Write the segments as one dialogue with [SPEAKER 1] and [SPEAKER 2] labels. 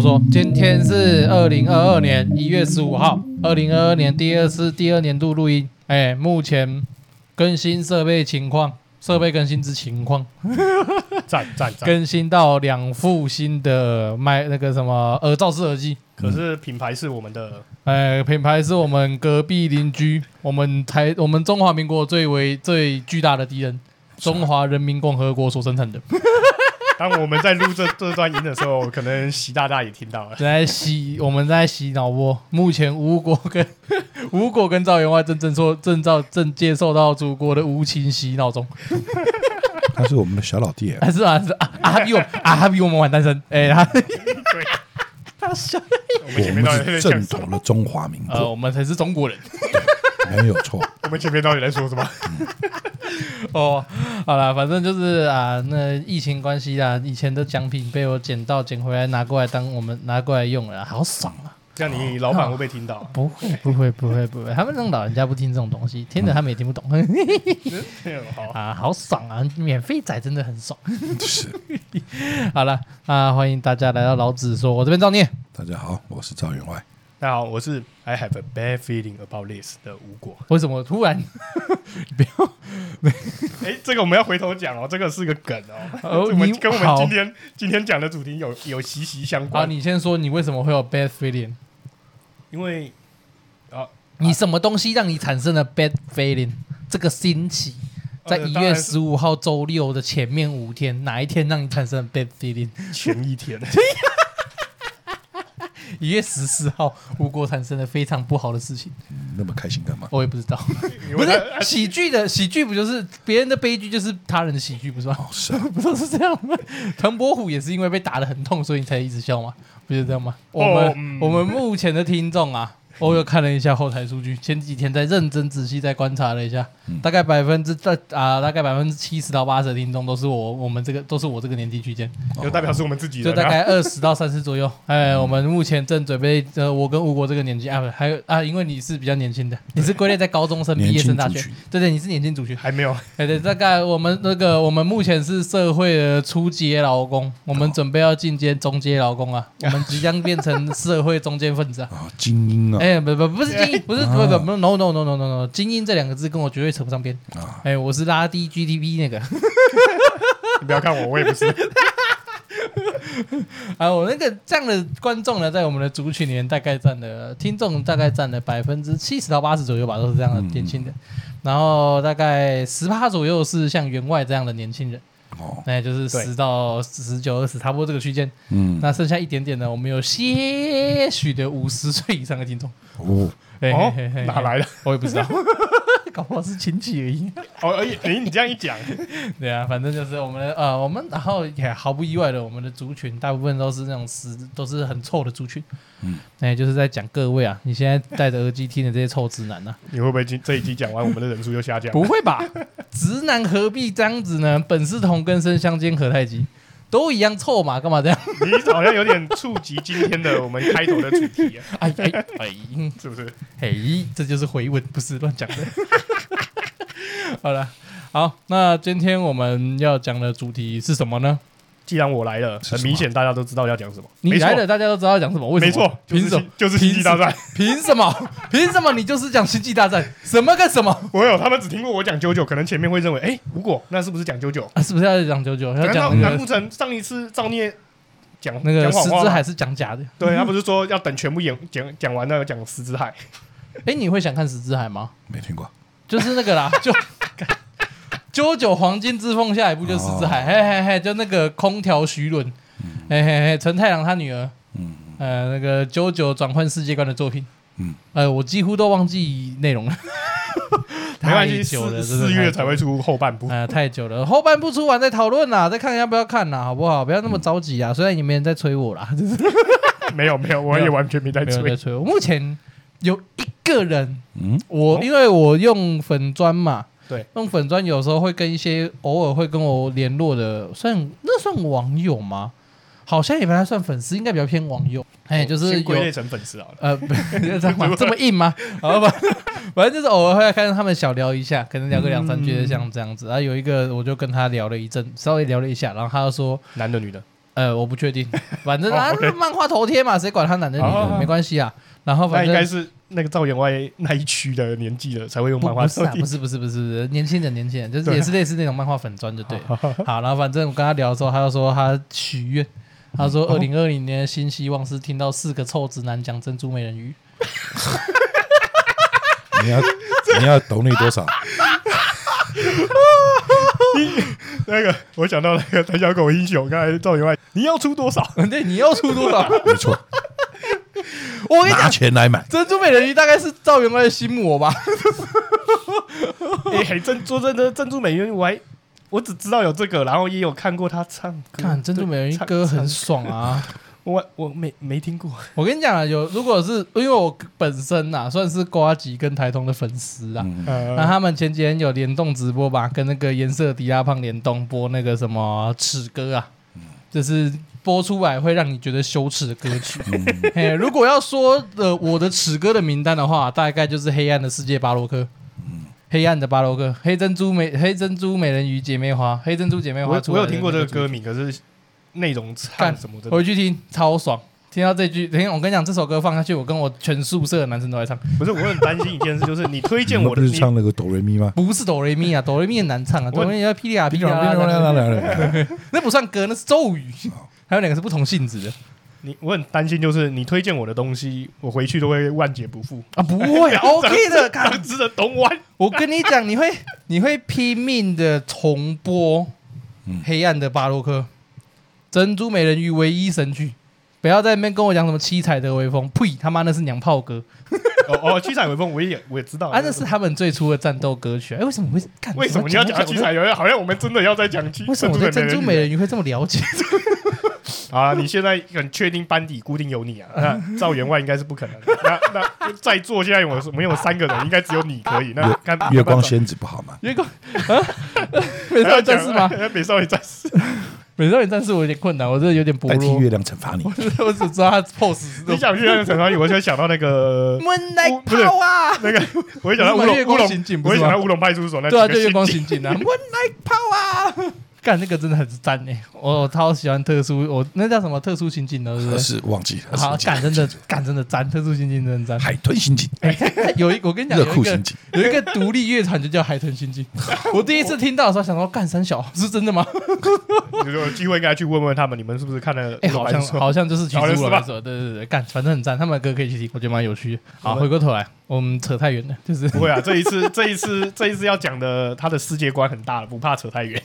[SPEAKER 1] 说，今天是二零二二年一月十五号，二零二二年第二次第二年度录音。哎，目前更新设备情况，设备更新之情况，
[SPEAKER 2] 赞赞赞！
[SPEAKER 1] 更新到两副新的麦那个什么耳罩式耳机。
[SPEAKER 2] 可是品牌是我们的，
[SPEAKER 1] 哎，品牌是我们隔壁邻居，我们台我们中华民国最为最巨大的敌人，中华人民共和国所生产的。
[SPEAKER 2] 当我们在录这 这段音的时候，可能习大大也听 到了。
[SPEAKER 1] 在洗，我们在洗脑波。目前吴国跟吴国跟赵员外正正受正照正接受到祖国的无情洗脑中，
[SPEAKER 3] 他是我们的小老弟耶，
[SPEAKER 1] 还是啊是 啊啊他比我啊他比我们晚诞生， 哎、他
[SPEAKER 2] 对，
[SPEAKER 1] 他笑，
[SPEAKER 2] 我们
[SPEAKER 3] 我
[SPEAKER 2] 前面
[SPEAKER 3] 们
[SPEAKER 2] 到底在
[SPEAKER 3] 是
[SPEAKER 2] 讲
[SPEAKER 3] 正
[SPEAKER 2] 什么？
[SPEAKER 3] 统的中华民
[SPEAKER 1] 呃
[SPEAKER 3] 国，
[SPEAKER 1] 我们才是中国人
[SPEAKER 3] 没有错。
[SPEAKER 2] 我们前面到底在说什么？
[SPEAKER 1] 哦。好啦，反正就是啊那疫情关系啦，以前的奖品被我捡到捡回来拿过来当我们拿过来用了，好爽啊！
[SPEAKER 2] 这样你老板会不会听到？
[SPEAKER 1] 不会不会不会不会，他们那种老人家不听这种东西，听着他们也听不懂
[SPEAKER 2] 嗯好，
[SPEAKER 1] 啊，好爽啊！免费仔真的很爽。
[SPEAKER 3] 是，
[SPEAKER 1] 好了，那欢迎大家来到老子说，我这边照念。
[SPEAKER 3] 大家好，我是赵员外，
[SPEAKER 2] 大家好，我是 I have a bad feeling about this 的吴果。
[SPEAKER 1] 为什么突然？
[SPEAKER 2] 哎，这个我们要回头讲哦，这个是个梗哦，
[SPEAKER 1] 哦
[SPEAKER 2] 我们
[SPEAKER 1] 你
[SPEAKER 2] 跟我们
[SPEAKER 1] 好
[SPEAKER 2] 今天今天讲的主题有有息息相
[SPEAKER 1] 好，
[SPEAKER 2] 关。
[SPEAKER 1] 你先说你为什么会有 bad feeling？
[SPEAKER 2] 因为
[SPEAKER 1] 你什么东西让你产生了 bad feeling？这个星期，在
[SPEAKER 2] 呃
[SPEAKER 1] 一
[SPEAKER 2] 当
[SPEAKER 1] 月
[SPEAKER 2] 然是
[SPEAKER 1] 十五号周六的前面五天，哪一天让你产生了 bad feeling？
[SPEAKER 2] 前一天，
[SPEAKER 1] 一月十四号，吴国产生了非常不好的事情，
[SPEAKER 3] 嗯那么开心干嘛？
[SPEAKER 1] 我也不知道。
[SPEAKER 2] 你
[SPEAKER 1] 不
[SPEAKER 2] 问
[SPEAKER 1] 是
[SPEAKER 2] 他啊
[SPEAKER 1] 喜剧的喜剧，不就是别人的悲剧就是他人的喜剧，不是吗？
[SPEAKER 3] 哦，是啊，
[SPEAKER 1] 不都是这样吗？唐伯虎也是因为被打得很痛，所以你才一直笑吗？不是这样吗？我
[SPEAKER 2] 哦
[SPEAKER 1] 们、
[SPEAKER 2] 嗯
[SPEAKER 1] 我们目前的听众
[SPEAKER 3] 嗯
[SPEAKER 1] 啊，我又看了一下后台数据，前几天在认真仔细再观察了一下，
[SPEAKER 3] 嗯
[SPEAKER 1] 大概百分之在啊、大概百分之七十到八十的听众都是我我们这个都是我这个年纪区间，
[SPEAKER 2] 就代表是我们自己
[SPEAKER 1] 就
[SPEAKER 2] 人
[SPEAKER 1] 大
[SPEAKER 2] 啊。
[SPEAKER 1] 概二十到三十 左右。
[SPEAKER 3] 嗯
[SPEAKER 1] 哎，我们目前正准备呃，我跟吴国这个年纪啊，不还有啊，因为你是比较年轻 的，你是归类在高中生、毕
[SPEAKER 3] 年
[SPEAKER 1] 业
[SPEAKER 3] 轻
[SPEAKER 1] 生、大
[SPEAKER 3] 族
[SPEAKER 1] 学
[SPEAKER 3] 群，。
[SPEAKER 1] 对对，你是年轻族群。
[SPEAKER 2] 还没有，
[SPEAKER 1] 哎、对，大概我们那个，我们目前是社会的初阶劳工，我们准备要进阶中阶劳工啊，我们即将变成社会中间分子啊
[SPEAKER 3] 啊，精英啊，
[SPEAKER 1] 哎、不不不是精英，不是不不不，no no no no no no，精英这两个字跟我绝对扯不上边。
[SPEAKER 3] 啊
[SPEAKER 1] 哎、我是拉低 GDP 那个，
[SPEAKER 2] 你不要看我，我也不是。
[SPEAKER 1] 啊，我那个这样的观众呢，在我们的族群里面大概占了听众大概占了百分之七十到八十左右吧，都是这样的
[SPEAKER 3] 嗯
[SPEAKER 1] 年轻人，然后大概十趴左右是像员外这样的年轻人，
[SPEAKER 3] 哦，
[SPEAKER 1] 那就是
[SPEAKER 2] 对
[SPEAKER 1] 十到十九二十，差不多这个区间。
[SPEAKER 3] 嗯，
[SPEAKER 1] 那剩下一点点呢，我们有些许的五十岁以上的听众。
[SPEAKER 3] 哦，
[SPEAKER 1] 嘿
[SPEAKER 2] 哦
[SPEAKER 1] 嘿嘿嘿，
[SPEAKER 2] 哪来的？
[SPEAKER 1] 我也不知道， 搞不好是亲戚而已。
[SPEAKER 2] 哦，而且诶，你这样一讲，
[SPEAKER 1] 对啊，反正就是我们的呃，我们然后也毫不意外的，我们的族群大部分都是那种死，都是很臭的族群。嗯，哎、就是在讲各位啊，你现在戴着耳机听的这些臭直男啊，
[SPEAKER 2] 你会不会今这一集讲完，我们的人数又下 降？
[SPEAKER 1] 不会吧？直男何必这样子呢？本是同根生，相煎何太急，都一样臭嘛，干嘛这样？
[SPEAKER 2] 你好像有点触及今天的我们开头的主题啊，
[SPEAKER 1] 哎哎哎！嗯
[SPEAKER 2] 是不是？
[SPEAKER 1] 嘿，这就是回文，不是乱讲 的。好了，好，那今天我们要讲的主题是什么呢？
[SPEAKER 2] 既然我来了，
[SPEAKER 3] 是什么
[SPEAKER 2] 很明显大家都知道要讲什么。
[SPEAKER 1] 你
[SPEAKER 2] 没错
[SPEAKER 1] 来了，，大家都知道要讲什么，为什
[SPEAKER 2] 没
[SPEAKER 1] 么？
[SPEAKER 2] 错，就
[SPEAKER 1] 凭
[SPEAKER 2] 是
[SPEAKER 1] 什
[SPEAKER 2] 星
[SPEAKER 1] 么？
[SPEAKER 2] 就是星际大战。
[SPEAKER 1] 凭什么？凭什么？你就是讲星际大战，什么跟什么
[SPEAKER 2] 我有，他们只听过我讲九九，可能前面会认为，哎，如果那是不是讲九九？
[SPEAKER 1] 啊？是不是要讲九九？要
[SPEAKER 2] 难道
[SPEAKER 1] 讲那
[SPEAKER 2] 南木
[SPEAKER 1] 个
[SPEAKER 2] 城上一次造孽讲
[SPEAKER 1] 那个
[SPEAKER 2] 讲谎
[SPEAKER 1] 石
[SPEAKER 2] 话
[SPEAKER 1] 之海
[SPEAKER 2] 吗？
[SPEAKER 1] 是讲假的？
[SPEAKER 2] 对他不是说要等全部演讲讲完了讲石之海？
[SPEAKER 1] 哎，你会想看石之海吗？
[SPEAKER 3] 没听过，
[SPEAKER 1] 就是那个啦，就。 九九黄金之风下一部就是石之
[SPEAKER 2] 哦
[SPEAKER 1] 海，嘿嘿嘿，就那个空调徐伦，
[SPEAKER 2] 嗯
[SPEAKER 1] 嘿嘿嘿，陈太郎他女儿，
[SPEAKER 3] 嗯，
[SPEAKER 1] 呃，那个九九转换世界观的作品，
[SPEAKER 3] 嗯，
[SPEAKER 1] 呃，我几乎都忘记内容了，
[SPEAKER 2] 没关 系，
[SPEAKER 1] 太久了
[SPEAKER 2] 四
[SPEAKER 1] 真的
[SPEAKER 2] 四月
[SPEAKER 1] 太
[SPEAKER 2] 才会出 后半部。
[SPEAKER 1] 呃，太久了，后半部出完再讨论啦，再看要不要看啦，好不好？不要那么着急啊，
[SPEAKER 2] 嗯
[SPEAKER 1] 虽然也没人在催我啦， 就是
[SPEAKER 2] 没有没有，我也完全没在
[SPEAKER 1] 没有人在
[SPEAKER 2] 追。
[SPEAKER 1] 催我。目前有一个人，
[SPEAKER 3] 嗯，
[SPEAKER 1] 我、
[SPEAKER 2] 哦
[SPEAKER 1] 因为我用粉砖嘛，
[SPEAKER 2] 对，
[SPEAKER 1] 用粉砖有时候会跟一些偶尔会跟我联络的，算那算网友吗？好像也不太算粉丝，应该比较偏网友。哎，就是
[SPEAKER 2] 哦先
[SPEAKER 1] 有
[SPEAKER 2] 归类成粉丝好了。
[SPEAKER 1] 呃， 不这样吗这么硬吗？ 好吧，反正就是偶尔会看他们小聊一下，可能聊个两
[SPEAKER 2] 嗯
[SPEAKER 1] 啊三句，像这样子。然后有一个我就跟他聊了一阵，稍微聊了一下，然后他就说，
[SPEAKER 2] 男的女的？
[SPEAKER 1] 呃，我不确 定，反
[SPEAKER 2] 哦
[SPEAKER 1] 正啊，漫画头贴嘛，谁管他男的女
[SPEAKER 2] 好好
[SPEAKER 1] 的，
[SPEAKER 2] 好
[SPEAKER 1] 没关系啊。然后
[SPEAKER 2] 哦那
[SPEAKER 1] 反
[SPEAKER 2] 应该
[SPEAKER 1] 正
[SPEAKER 2] 是那个赵员外那一区的年纪了才会用
[SPEAKER 1] 不
[SPEAKER 2] 漫画
[SPEAKER 1] 不是
[SPEAKER 2] 设
[SPEAKER 1] 啊，
[SPEAKER 2] 定
[SPEAKER 1] 不。是不是不是不是年轻人年轻人，就是
[SPEAKER 2] 对啊
[SPEAKER 1] 也是类似那种漫画粉砖就对 了。好，然后反正我跟他聊的时候，他就说他许愿，
[SPEAKER 2] 嗯
[SPEAKER 1] 他说
[SPEAKER 2] 哦
[SPEAKER 1] 二零二零年的新希望是听到四个臭直男讲珍珠美人 鱼。
[SPEAKER 3] 你要你要懂你多少？
[SPEAKER 2] 那个我想到那个胆小狗英雄，刚才赵员外，你要出多少？
[SPEAKER 1] 对，你要出多少？
[SPEAKER 3] 没错，
[SPEAKER 1] 我跟你
[SPEAKER 3] 拿
[SPEAKER 1] 讲，
[SPEAKER 3] 钱来买，
[SPEAKER 1] 珍珠美人鱼大概是赵员外的心魔吧。
[SPEAKER 2] 哎、还真说真的，珍珠美人鱼我还我只知道有这个，然后也有看过他唱歌。
[SPEAKER 1] 看珍珠美人鱼
[SPEAKER 2] 对
[SPEAKER 1] 歌，很
[SPEAKER 2] 唱唱
[SPEAKER 1] 爽啊。
[SPEAKER 2] 我我没没听过。
[SPEAKER 1] 我跟你讲啊，有如果是因为我本身呐、啊、算是瓜吉跟台通的粉丝啊，
[SPEAKER 3] 嗯，
[SPEAKER 2] 呃
[SPEAKER 1] 那他们前几天有联动直播吧，跟那个颜色迪拉胖联动播那个什么耻歌啊，
[SPEAKER 2] 嗯
[SPEAKER 1] 就是播出来会让你觉得羞耻的歌曲。
[SPEAKER 2] 嗯
[SPEAKER 1] 嘿，如果要说呃我的耻歌的名单的话，大概就是《黑暗的世界》巴洛克。
[SPEAKER 2] 嗯
[SPEAKER 1] 黑暗的巴洛克，黑珍珠美黑珍珠美人鱼姐妹花，黑珍珠姐妹花
[SPEAKER 2] 我
[SPEAKER 1] 出
[SPEAKER 2] 我
[SPEAKER 1] 来
[SPEAKER 2] 有
[SPEAKER 1] 的
[SPEAKER 2] 听过
[SPEAKER 1] 那
[SPEAKER 2] 这个
[SPEAKER 1] 主
[SPEAKER 2] 歌名，可是内容唱
[SPEAKER 1] 干
[SPEAKER 2] 什么的，
[SPEAKER 1] 回去听超爽。听到这句，等一下我跟你讲，这首歌放下去，我跟我全宿舍的男生都在唱，
[SPEAKER 2] 不是 我很担心一件事，就是你推荐
[SPEAKER 3] 你
[SPEAKER 2] 我
[SPEAKER 3] 们
[SPEAKER 2] 的，
[SPEAKER 3] 不是
[SPEAKER 2] 你
[SPEAKER 3] 唱那个哆瑞咪吗？
[SPEAKER 1] 不是哆瑞咪啊，哆瑞咪很难唱啊，哆瑞咪要噼里啪啦噼里啪啦啦啦啦，
[SPEAKER 3] 来
[SPEAKER 1] 那不算歌，那是咒语。还有两个是不同性质的
[SPEAKER 2] 你我很担心，就是你推荐我的东西，我回去都会万劫不 复。
[SPEAKER 1] 啊， 不会啊 OK 的，
[SPEAKER 2] 当
[SPEAKER 1] 看
[SPEAKER 2] 值的东湾，
[SPEAKER 1] 我跟你讲，你会你会拼命的重播
[SPEAKER 3] 嗯
[SPEAKER 1] 《黑暗的巴洛克》《珍珠美人鱼》唯一神曲，不要在那边跟我讲什么七彩的微风，呸，他妈那是娘炮歌，
[SPEAKER 2] 哦哦，七彩微风，我也我也知道
[SPEAKER 1] 啊，那是他们最初的战斗歌曲。哎，为什么会干？
[SPEAKER 2] 为什么你要讲到七彩微风？好像我们真的要再讲 七。
[SPEAKER 1] 为什么我对珍珠美
[SPEAKER 2] 人
[SPEAKER 1] 人鱼会这么了 解？
[SPEAKER 2] 鱼啊？你现在很确定班底固定有你啊？那赵员外应该是不可能的。那那在座现在有我们有三个人，应该只有你可以。那看
[SPEAKER 3] 月光仙子不好吗？
[SPEAKER 1] 月光啊， 美少女战士 吗？？
[SPEAKER 2] 美少女战士，
[SPEAKER 1] 美少女战士我有点困难，我真的有点薄
[SPEAKER 3] 代替
[SPEAKER 1] 弱
[SPEAKER 3] 月。亮惩罚 你，
[SPEAKER 1] 我只知道他 pose 是
[SPEAKER 2] 你想去那个陈昌宇，我就想到那个
[SPEAKER 1] 闷
[SPEAKER 2] 来
[SPEAKER 1] 来
[SPEAKER 2] 泡
[SPEAKER 1] 泡啊，
[SPEAKER 2] 那个，我会想到乌
[SPEAKER 1] 月
[SPEAKER 2] 龙乌
[SPEAKER 1] 光
[SPEAKER 2] 龙
[SPEAKER 1] 刑警，
[SPEAKER 2] 我
[SPEAKER 1] 不
[SPEAKER 2] 会
[SPEAKER 1] 是
[SPEAKER 2] 想
[SPEAKER 1] 吗
[SPEAKER 2] 到？乌龙派出所那
[SPEAKER 1] 对啊，
[SPEAKER 2] 几
[SPEAKER 1] 就
[SPEAKER 2] 个
[SPEAKER 1] 月光
[SPEAKER 2] 刑
[SPEAKER 1] 刑警啊，闷来泡啊！干那个真的很赞哎，我超喜欢特殊，我那叫什么特殊刑警呢？是不
[SPEAKER 3] 可
[SPEAKER 1] 是？
[SPEAKER 3] 是忘记了。
[SPEAKER 1] 好，
[SPEAKER 3] 是忘
[SPEAKER 1] 干
[SPEAKER 3] 记
[SPEAKER 1] 真的干真的赞，特殊刑警真的赞。
[SPEAKER 3] 海豚刑警、
[SPEAKER 1] 有一我跟你讲，
[SPEAKER 3] 热
[SPEAKER 1] 有一
[SPEAKER 3] 裤
[SPEAKER 1] 个
[SPEAKER 3] 刑警，
[SPEAKER 1] 有一个独立乐团就叫海豚刑警，我第一次听到的时候想说干三小是真的吗？
[SPEAKER 2] 警，有机会应该去问问他们，你们是不是看了？
[SPEAKER 1] 哎、好像好像就是去
[SPEAKER 2] 好像
[SPEAKER 1] 出
[SPEAKER 2] 是
[SPEAKER 1] 了
[SPEAKER 2] 吧
[SPEAKER 1] 没错，对对对，干，反正很赞，他们的歌可以去听，我觉得蛮有趣的。好，
[SPEAKER 2] 我们
[SPEAKER 1] 回过头来，我们扯太远了，就是
[SPEAKER 2] 不会啊，这一次，这一次，这一次要讲的，他的世界观很大了，不怕扯太远。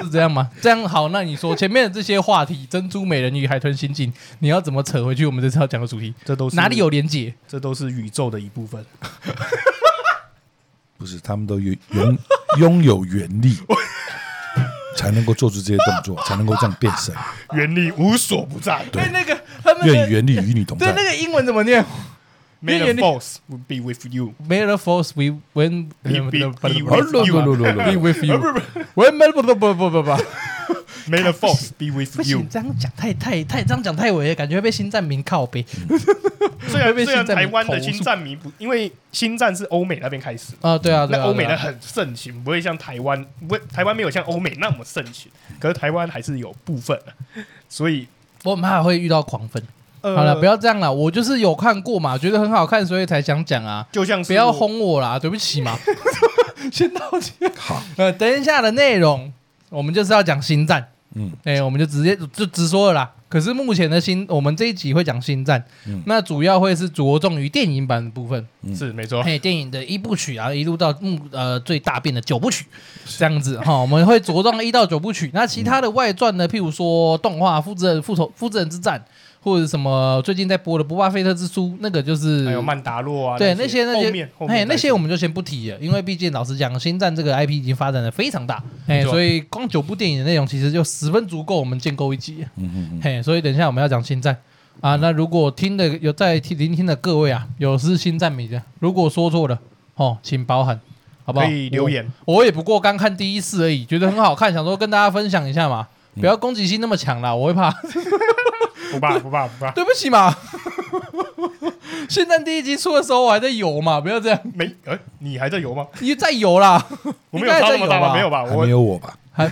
[SPEAKER 1] 是这样吗？这样好，那你说前面的这些话题，珍珠美人鱼、海豚刑警，你要怎么扯回去？我 们这次要讲的主题
[SPEAKER 2] 这都
[SPEAKER 1] 哪里？有连结？
[SPEAKER 2] 这都是宇宙的一部分。
[SPEAKER 3] 不是他们都有拥 拥有原力，才能够做出这些动作，才能够这样变 身。
[SPEAKER 2] 原力无所不在。
[SPEAKER 3] 对
[SPEAKER 1] 哎，那个他们
[SPEAKER 3] 愿
[SPEAKER 1] 的
[SPEAKER 3] 原力与你同
[SPEAKER 1] 对那
[SPEAKER 3] 在。
[SPEAKER 1] 个英文怎么念
[SPEAKER 2] May
[SPEAKER 1] 原力
[SPEAKER 2] the force would be with you。
[SPEAKER 1] ？May the force we when
[SPEAKER 2] Be- be- be with
[SPEAKER 1] be
[SPEAKER 2] you
[SPEAKER 1] with you
[SPEAKER 2] 不不不
[SPEAKER 1] when 不不不不不不。
[SPEAKER 2] ，May the force be with
[SPEAKER 1] 不
[SPEAKER 2] you
[SPEAKER 1] 行，。这样讲太太太这样讲太违了，感觉会被新站民靠背。
[SPEAKER 2] 虽然
[SPEAKER 1] 会被
[SPEAKER 2] 虽然
[SPEAKER 1] 星战迷
[SPEAKER 2] 台湾的
[SPEAKER 1] 投诉
[SPEAKER 2] 星战迷不，因为星战是欧美那边开始，
[SPEAKER 1] 啊，对啊，对
[SPEAKER 2] 那
[SPEAKER 1] 啊，
[SPEAKER 2] 欧美
[SPEAKER 1] 对
[SPEAKER 2] 的
[SPEAKER 1] 啊
[SPEAKER 2] 很盛行，不会像台湾，不会台湾没有像欧美那么盛行，可是台湾还是有部分的，所以
[SPEAKER 1] 我们还会遇到狂粉。
[SPEAKER 2] 呃，
[SPEAKER 1] 好了，不
[SPEAKER 2] 要
[SPEAKER 1] 要这样了，我就是有看过嘛，觉得很好看，所以才想讲啊。
[SPEAKER 2] 就像是
[SPEAKER 1] 不要
[SPEAKER 2] 我
[SPEAKER 1] 轰我啦，对不起嘛。 先道歉。
[SPEAKER 3] 好，
[SPEAKER 1] 呃，等一下的内容，我们就是要讲星战。
[SPEAKER 3] 嗯，
[SPEAKER 1] 哎、我们就直接就直说了啦。可是目前的星，我们这一集会讲星战，
[SPEAKER 3] 嗯
[SPEAKER 1] 那主要会是着重于电影版的部分。哎
[SPEAKER 2] 是没
[SPEAKER 3] 哦
[SPEAKER 2] 错，
[SPEAKER 1] 嘿，电影的一部曲，然后一路到目呃最大变的九部曲，这样子哈，我们会着重一到九部曲。那其他的外传呢，譬如说动画《复制人复仇复制人之战》，或者什么最近在播的《波巴菲特之书》，那个就是
[SPEAKER 2] 还有曼达洛啊，
[SPEAKER 1] 对
[SPEAKER 2] 那
[SPEAKER 1] 那些那
[SPEAKER 2] 后
[SPEAKER 1] 些
[SPEAKER 2] 面后
[SPEAKER 1] 嘿
[SPEAKER 2] 面
[SPEAKER 1] 那
[SPEAKER 2] 再
[SPEAKER 1] 些我们就先不提了，因为毕竟老实讲，《星战》这个 IP 已经发展的非常大，哎，
[SPEAKER 2] 没错
[SPEAKER 1] 所以光九部电影的内容其实就十分足够我们建构一集。
[SPEAKER 3] 嗯嗯
[SPEAKER 1] 嘿，所以等一下我们要讲星战啊。那如果听的有在听聆听的各位啊，有是星战迷的，如果说错了哦，请包涵，好不好？
[SPEAKER 2] 可以留言，
[SPEAKER 1] 我。我也不过刚看第一次而已，觉得很好看，想说跟大家分享一下嘛。不要攻击性那么强啦，我会怕。
[SPEAKER 2] 不怕不怕不怕，
[SPEAKER 1] 对不起嘛。 星战第一集出的时候我还在游嘛，不要这样，
[SPEAKER 2] 没呃，你还在游吗？
[SPEAKER 1] 你在游啦，
[SPEAKER 2] 我
[SPEAKER 1] 应
[SPEAKER 2] 没有
[SPEAKER 1] 该还
[SPEAKER 2] 差
[SPEAKER 1] 在
[SPEAKER 2] 那么
[SPEAKER 1] 游
[SPEAKER 2] 大吗？没有吧？
[SPEAKER 3] 嗯，还没
[SPEAKER 2] 我
[SPEAKER 3] 有我吧？
[SPEAKER 1] 还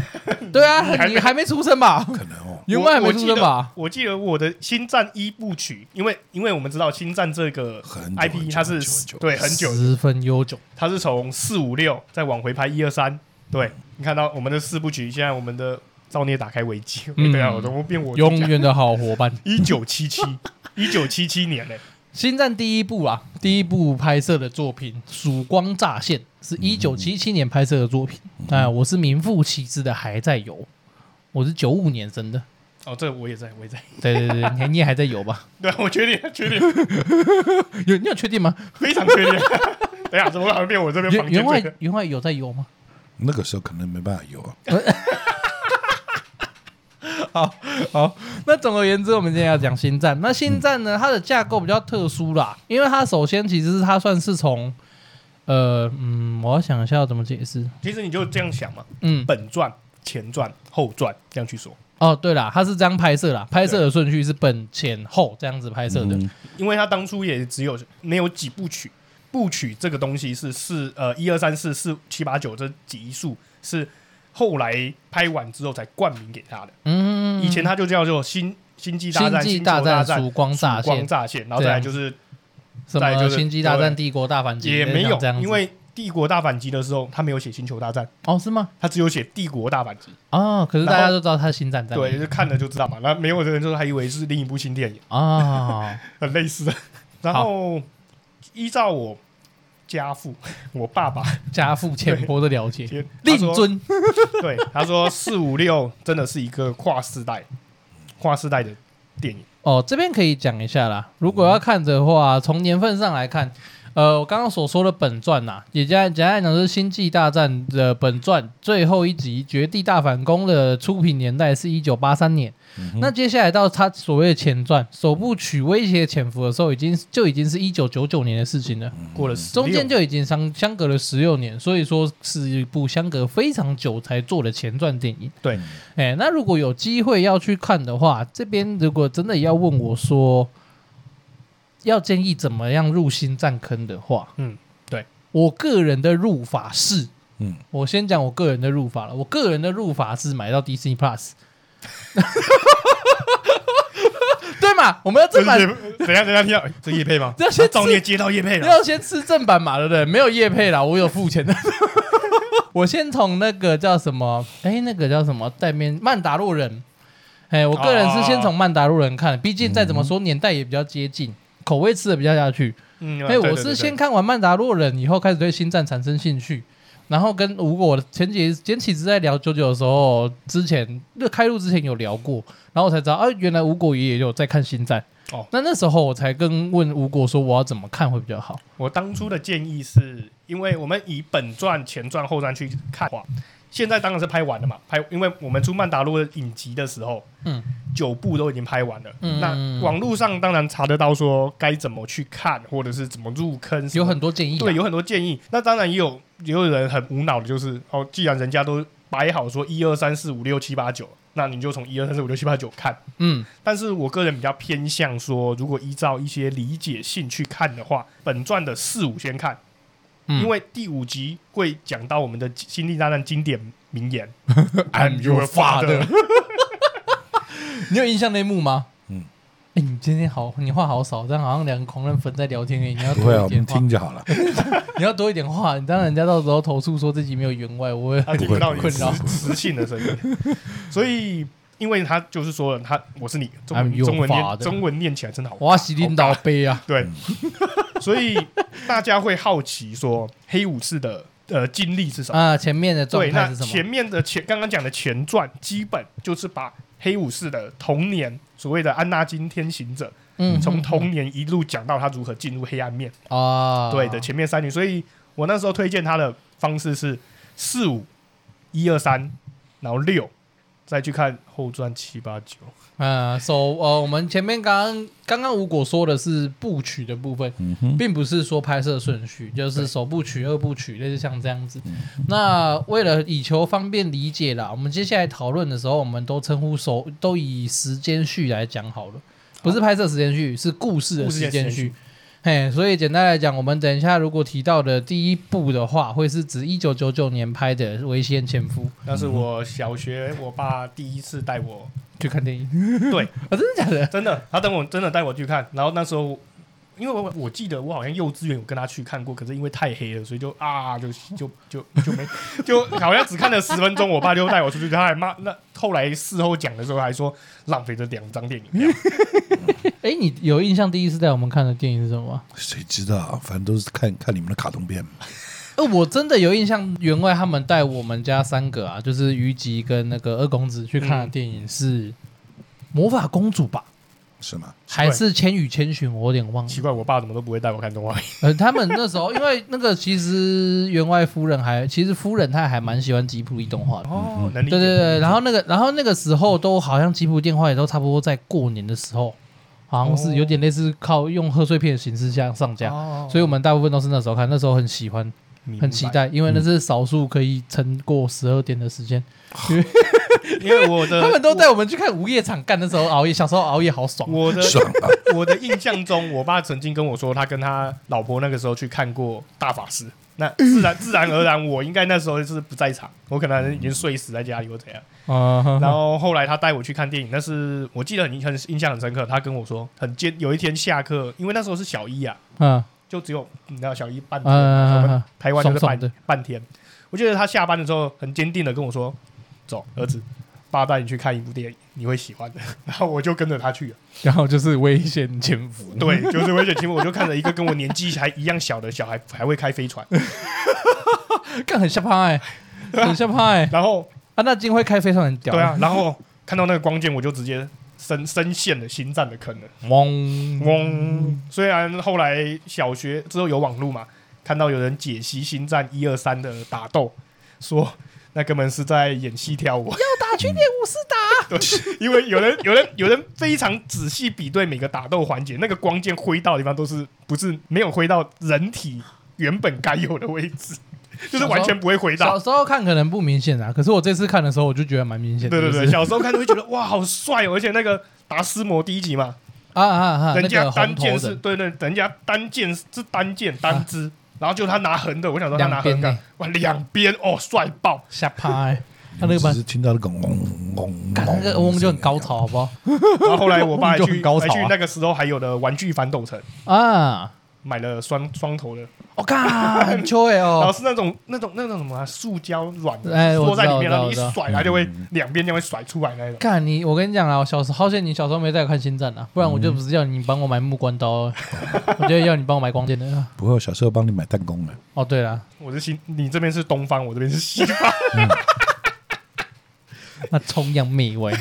[SPEAKER 1] 对啊，你还没出生吧？
[SPEAKER 3] 可能哦，
[SPEAKER 1] 原本还
[SPEAKER 2] 我
[SPEAKER 1] 没
[SPEAKER 2] 我
[SPEAKER 1] 出
[SPEAKER 2] 记
[SPEAKER 1] 生
[SPEAKER 2] 得
[SPEAKER 1] 吧？
[SPEAKER 2] 我记得我的《星战》一部曲，因为因为我们知道《星战》这个
[SPEAKER 3] 很久
[SPEAKER 2] IP 它是
[SPEAKER 3] 很久很久
[SPEAKER 2] 哎对很久，
[SPEAKER 1] 十分悠久。
[SPEAKER 2] 它是从四五六再往回拍一二三。对你看到我们的四部曲，现在我们的造孽打开危机，
[SPEAKER 1] 嗯
[SPEAKER 2] 对啊，我怎么变我
[SPEAKER 1] 永远的好伙伴。《
[SPEAKER 2] 一九七七一九七七年嘞、
[SPEAKER 1] 星战》第一部啊，第一部拍摄的作品《曙光乍现》是一九七七年拍摄的作品。
[SPEAKER 2] 嗯
[SPEAKER 1] 哎、我是名副其实的还在游，我是九五年生的。
[SPEAKER 2] 哦，这我也在，我也在。
[SPEAKER 1] 对对对对，你你也还在游 吧？
[SPEAKER 2] 对，啊我确定，确定，
[SPEAKER 1] 有你有确定吗？
[SPEAKER 2] 非常确定。 等一下，怎么好像变我这边
[SPEAKER 1] 员
[SPEAKER 2] 房间
[SPEAKER 1] 员
[SPEAKER 2] 这
[SPEAKER 1] 外
[SPEAKER 2] 个？
[SPEAKER 1] 员外有在游吗？
[SPEAKER 3] 那个时候可能没办法有啊。
[SPEAKER 1] 好好，那总而言之，我们今天要讲星战。那星战呢，它的架构比较特殊啦，因为它首先其实是它算是从，呃，嗯，我要想一下要怎么解释。
[SPEAKER 2] 其实你就这样想嘛，
[SPEAKER 1] 嗯，
[SPEAKER 2] 本传、前传、后传这样去说，
[SPEAKER 1] 哦，对啦，它是这样拍摄啦，拍摄的顺序是本前后这样子拍摄的。
[SPEAKER 3] 嗯
[SPEAKER 2] 因为他当初也只有没有几部曲，部曲这个东西是四呃一二三四四七八九这几数是后来拍完之后才冠名给他的，
[SPEAKER 1] 嗯，
[SPEAKER 2] 以前他就叫做星。星际大
[SPEAKER 1] 星
[SPEAKER 2] 战、
[SPEAKER 1] 际
[SPEAKER 2] 星球大
[SPEAKER 1] 战、
[SPEAKER 2] 战、
[SPEAKER 1] 曙光乍
[SPEAKER 2] 光
[SPEAKER 1] 现，
[SPEAKER 2] 乍现，然后再来就是
[SPEAKER 1] 什
[SPEAKER 2] 再来就
[SPEAKER 1] 么
[SPEAKER 2] 是
[SPEAKER 1] 星际大战、
[SPEAKER 2] 对
[SPEAKER 1] 帝国大反击
[SPEAKER 2] 也没有
[SPEAKER 1] 这样，子，
[SPEAKER 2] 因为帝国大反击的时候，他没有写星球大战，
[SPEAKER 1] 哦是吗？
[SPEAKER 2] 他只有写帝国大反击。
[SPEAKER 1] 啊，可是大家都知道它是星战战
[SPEAKER 2] 对，就看了就知道嘛。那没有的人就是还以为是另一部新电影，
[SPEAKER 1] 啊，
[SPEAKER 2] 很类似的。然后依照我家父，我爸爸
[SPEAKER 1] 家父浅薄的了 解，
[SPEAKER 2] 其实他
[SPEAKER 1] 令
[SPEAKER 2] 说
[SPEAKER 1] 尊
[SPEAKER 2] 对他说，四五六真的是一个跨世代、跨世代的电影。
[SPEAKER 1] 哦，这边可以讲一下啦。如果要看的话，从年份上来看，呃，我刚刚所说的本传呐、也简单简单来讲就是《星际大战》的本传最后一集《绝地大反攻》的出品年代是一九八三年。那接下来到它所谓的前传首部曲《威胁潜伏》的时候，已经就已经是一九九九年的事情了，
[SPEAKER 2] 过了16
[SPEAKER 1] 中间就已经相相隔了十六年，所以说是一部相隔非常久才做的前传电影。
[SPEAKER 2] 对，
[SPEAKER 1] 哎、那如果有机会要去看的话，这边如果真的要问我说，要建议怎么样入新战坑的话，
[SPEAKER 2] 嗯，对
[SPEAKER 1] 我个人的入法是，
[SPEAKER 3] 嗯，
[SPEAKER 1] 我先讲我个人的入法了。我个人的入法是买到 Disney Plus，对嘛？我们要
[SPEAKER 2] 这
[SPEAKER 1] 正版
[SPEAKER 2] 是等一下等一下听到哎这叶配吗？
[SPEAKER 1] 这些字
[SPEAKER 2] 造孽接到叶配了，
[SPEAKER 1] 要先吃正版嘛，对不对？没有业配啦，我有付钱 的。我先从那个叫什么，哎，那个叫什么戴面曼达洛人，哎，我个人是先从曼达洛人
[SPEAKER 2] 哦
[SPEAKER 1] 看，毕竟再怎么说年代也比较接近，口味吃的比较下去。
[SPEAKER 2] 嗯，
[SPEAKER 1] 哎、
[SPEAKER 2] 对对
[SPEAKER 1] 我
[SPEAKER 2] 对
[SPEAKER 1] 是
[SPEAKER 2] 对
[SPEAKER 1] 先看完曼达洛人以后，开始对星战产生兴趣。然后跟如果我前几前几次在聊九九的时候，之前那开录之前有聊过，然后我才知道，啊，原来吴果也有在看星战。
[SPEAKER 2] 哦
[SPEAKER 1] 那那时候我才跟问吴果说我要怎么看会比较好。
[SPEAKER 2] 我当初的建议是，因为我们以本传、前传、后传去看的话，现在当然是拍完了嘛，拍，因为我们出曼达洛影集的时候，
[SPEAKER 1] 嗯，
[SPEAKER 2] 九部都已经拍完了。
[SPEAKER 1] 嗯
[SPEAKER 2] 那网络上当然查得到说该怎么去看，或者是怎么入坑，
[SPEAKER 1] 有很多建议、啊。
[SPEAKER 2] 对，有很多建议。那当然也有也有人很无脑的，就是哦，既然人家都摆好说一二三四五六七八九，那你就从一二三四五六七八九看。
[SPEAKER 1] 嗯，
[SPEAKER 2] 但是我个人比较偏向说，如果依照一些理解性去看的话，本传的四五先看，
[SPEAKER 1] 嗯
[SPEAKER 2] 因为第五集会讲到我们的《星际大战》经典 名言
[SPEAKER 1] I'm your father 你有印象那一幕吗？嗯
[SPEAKER 3] 嗯，
[SPEAKER 1] 哎、你今天好，你话好少，这样好像两个狂人粉在聊天而已。你要
[SPEAKER 3] 不会啊，
[SPEAKER 1] 多
[SPEAKER 3] 我
[SPEAKER 1] 一点
[SPEAKER 3] 们
[SPEAKER 1] 话，
[SPEAKER 3] 听就好了。
[SPEAKER 1] 你要多一点话，你让人家到时候投诉说自己没有员外，我会
[SPEAKER 2] 他听不到你
[SPEAKER 1] 困扰
[SPEAKER 2] 磁磁性的声音，所以。因为他就是说了，他我是你中
[SPEAKER 1] I'm
[SPEAKER 2] 文
[SPEAKER 1] your
[SPEAKER 2] 中文念
[SPEAKER 1] father
[SPEAKER 2] 中文念起来真的好，
[SPEAKER 1] 我要洗领导杯啊。
[SPEAKER 2] 对， 所以大家会好奇说黑武士的呃经历是什么？
[SPEAKER 1] 啊，前面的状
[SPEAKER 2] 对，
[SPEAKER 1] 态
[SPEAKER 2] 那
[SPEAKER 1] 是什
[SPEAKER 2] 前
[SPEAKER 1] 么？
[SPEAKER 2] 面的前刚刚讲的前传，基本就是把黑武士的童年，所谓的安纳金天行者，
[SPEAKER 1] 嗯
[SPEAKER 2] 从童年一路讲到他如何进入黑暗面，
[SPEAKER 1] 啊，
[SPEAKER 2] 对的，前面三女。所以我那时候推荐他的方式是四五一二三，然后六，再去看后传七八九。
[SPEAKER 1] 嗯，so 呃，我们前面刚刚刚刚吴果说的是部曲的部分，
[SPEAKER 3] 嗯哼，
[SPEAKER 1] 并不是说拍摄顺序，就是首部曲、二部曲，类似像这样子。
[SPEAKER 2] 嗯
[SPEAKER 1] 那为了以求方便理解啦，我们接下来讨论的时候，我们都称呼首都以时间序来讲好了，不是拍摄时间序，是故事的时
[SPEAKER 2] 故事
[SPEAKER 1] 间
[SPEAKER 2] 的时间
[SPEAKER 1] 序
[SPEAKER 2] 序。
[SPEAKER 1] 嘿，所以简单来讲，我们等一下如果提到的第一部的话，会是指一九九九年拍的《危险潜伏》
[SPEAKER 2] 那是我小学我爸第一次带我，
[SPEAKER 1] 去看 电影。
[SPEAKER 2] 对，
[SPEAKER 1] 啊、真的假的？
[SPEAKER 2] 真的，他等我真的带我去看，然后那时候。因为我我记得我好像幼稚园有跟他去看过，可是因为太黑了，所以就啊就就就就没 就好像只看了十分钟，我爸就带我出去，他还骂那后来事后讲的时候还说浪费这两张电影票，
[SPEAKER 1] 哎、你有印象第一次带我们看的电影是什么吗？
[SPEAKER 3] 谁知道啊？反正都是看看你们的卡通片嘛。
[SPEAKER 1] 呃，我真的有印象，员外他们带我们家三个啊，就是于吉跟那个二公子去看的电影是《魔法公主》吧，
[SPEAKER 3] 是吗？
[SPEAKER 1] 还是《千与千寻》？我有点 忘了
[SPEAKER 2] 奇。怪，我爸怎么都不会带我看动画片，
[SPEAKER 1] 呃，他们那时候因为那个，其实员外夫人还，其实夫人她还蛮喜欢吉普力动画的。
[SPEAKER 2] 哦，能理
[SPEAKER 1] 对
[SPEAKER 2] 解，
[SPEAKER 1] 对对，然后那个，然后那个时候都好像吉普电话也都差不多在过年的时候，好像是有点类似靠用贺岁片的形式下上架，
[SPEAKER 2] 哦
[SPEAKER 1] 所以我们大部分都是那时候看，那时候很喜欢，很期，待，因为那是少数可以撑过十二点的时间。
[SPEAKER 2] 明白因为我 的
[SPEAKER 1] 他们都带我们去看午夜场，干那时候熬夜，小时候熬夜好 爽。
[SPEAKER 2] 我的
[SPEAKER 3] 爽啊！
[SPEAKER 2] 我的印象中，我爸曾经跟我说，他跟他老婆那个时候去看过《大法师》，那自然自然而然，我应该那时候是不在场，我可能已经睡死在家里或怎样。
[SPEAKER 1] 啊，
[SPEAKER 2] 然后后来他带我去看电影，但是我记得很很印象很深刻，他跟我说很坚，有一天下课，因为那时候是小一啊，
[SPEAKER 1] 嗯
[SPEAKER 2] 就只有你知道小一半
[SPEAKER 1] 嗯
[SPEAKER 2] 天，我
[SPEAKER 1] 嗯
[SPEAKER 2] 们
[SPEAKER 1] 嗯
[SPEAKER 2] 台湾就是半
[SPEAKER 1] 爽爽的
[SPEAKER 2] 半天。我记得他下班的时候很坚定的跟我说：“走，儿子，爸带你去看一部电影，你会喜欢的。”然后我就跟着他去了。
[SPEAKER 1] 然后就是危险潜伏，
[SPEAKER 2] 对，就是危险期目，我就看着一个跟我年纪还一样小的小孩还会开飞船，
[SPEAKER 1] 干很下趴 哎，很下趴哎。
[SPEAKER 2] 然后
[SPEAKER 1] 啊，那金辉开非常很屌，
[SPEAKER 2] 对啊，然后看到那个光剑，我就直接深深陷了心脏的坑了。
[SPEAKER 1] 嗡，
[SPEAKER 2] 嗯嗡，虽然后来小学之后有网路嘛，看到有人解析星战一二三的打斗，说那根本是在演戏跳舞，
[SPEAKER 1] 打去练武士打。
[SPEAKER 2] 因为有人有人有人非常仔细比对每个打斗环节，那个光剑挥到的地方都是不是没有挥到人体原本该有的位置， 就是完全不会挥到
[SPEAKER 1] 小。时候看可能不明显啊，可是我这次看的时候，我就觉得蛮明显的。
[SPEAKER 2] 对对
[SPEAKER 1] 就
[SPEAKER 2] 对，
[SPEAKER 1] 是
[SPEAKER 2] 小时候看都会觉得哇，好帅哦！而且那个达斯摩第一集嘛，
[SPEAKER 1] 啊啊啊，
[SPEAKER 2] 人
[SPEAKER 1] 那
[SPEAKER 2] 家
[SPEAKER 1] 个
[SPEAKER 2] 单
[SPEAKER 1] 红头
[SPEAKER 2] 剑是
[SPEAKER 1] 人，啊
[SPEAKER 2] 对对，人家单剑是单剑单支，然后就他拿横的，我想说他
[SPEAKER 1] 两
[SPEAKER 2] 拿
[SPEAKER 1] 边欸
[SPEAKER 2] 横的
[SPEAKER 1] 呢，
[SPEAKER 2] 哇，两边哦，帅 爆！
[SPEAKER 1] 吓趴欸， 他那
[SPEAKER 3] 你们
[SPEAKER 1] 个 班
[SPEAKER 3] 只是听到那个嗡嗡嗡，
[SPEAKER 1] 干那个嗡就很高潮，好不好？
[SPEAKER 2] 然后后来我爸还
[SPEAKER 1] 就很
[SPEAKER 2] 去
[SPEAKER 1] 高潮
[SPEAKER 2] 还
[SPEAKER 1] 啊
[SPEAKER 2] 去那个时候还有的玩具反斗城
[SPEAKER 1] 啊，
[SPEAKER 2] 买了双双头的，
[SPEAKER 1] 我干， 很秋哎
[SPEAKER 2] 然后
[SPEAKER 1] 哦，
[SPEAKER 2] 是那种那种那种什么啊塑胶软
[SPEAKER 1] 哎
[SPEAKER 2] 的，
[SPEAKER 1] 我
[SPEAKER 2] 缩在
[SPEAKER 1] 知道
[SPEAKER 2] 里面，然后
[SPEAKER 1] 我
[SPEAKER 2] 你
[SPEAKER 1] 知道
[SPEAKER 2] 一甩它就会两边就会甩出来那种。
[SPEAKER 1] 干你，我跟你讲啊，我小时候好险你小时候没带我看星战啊，不然我就不是要你帮我买木关刀哦， 我就要你帮我买光剑的。啊
[SPEAKER 3] 不过小时候帮你买弹弓了，
[SPEAKER 1] 哦，对了，
[SPEAKER 2] 我是西，你这边是东方，我这边是西方。
[SPEAKER 1] 那崇洋媚外。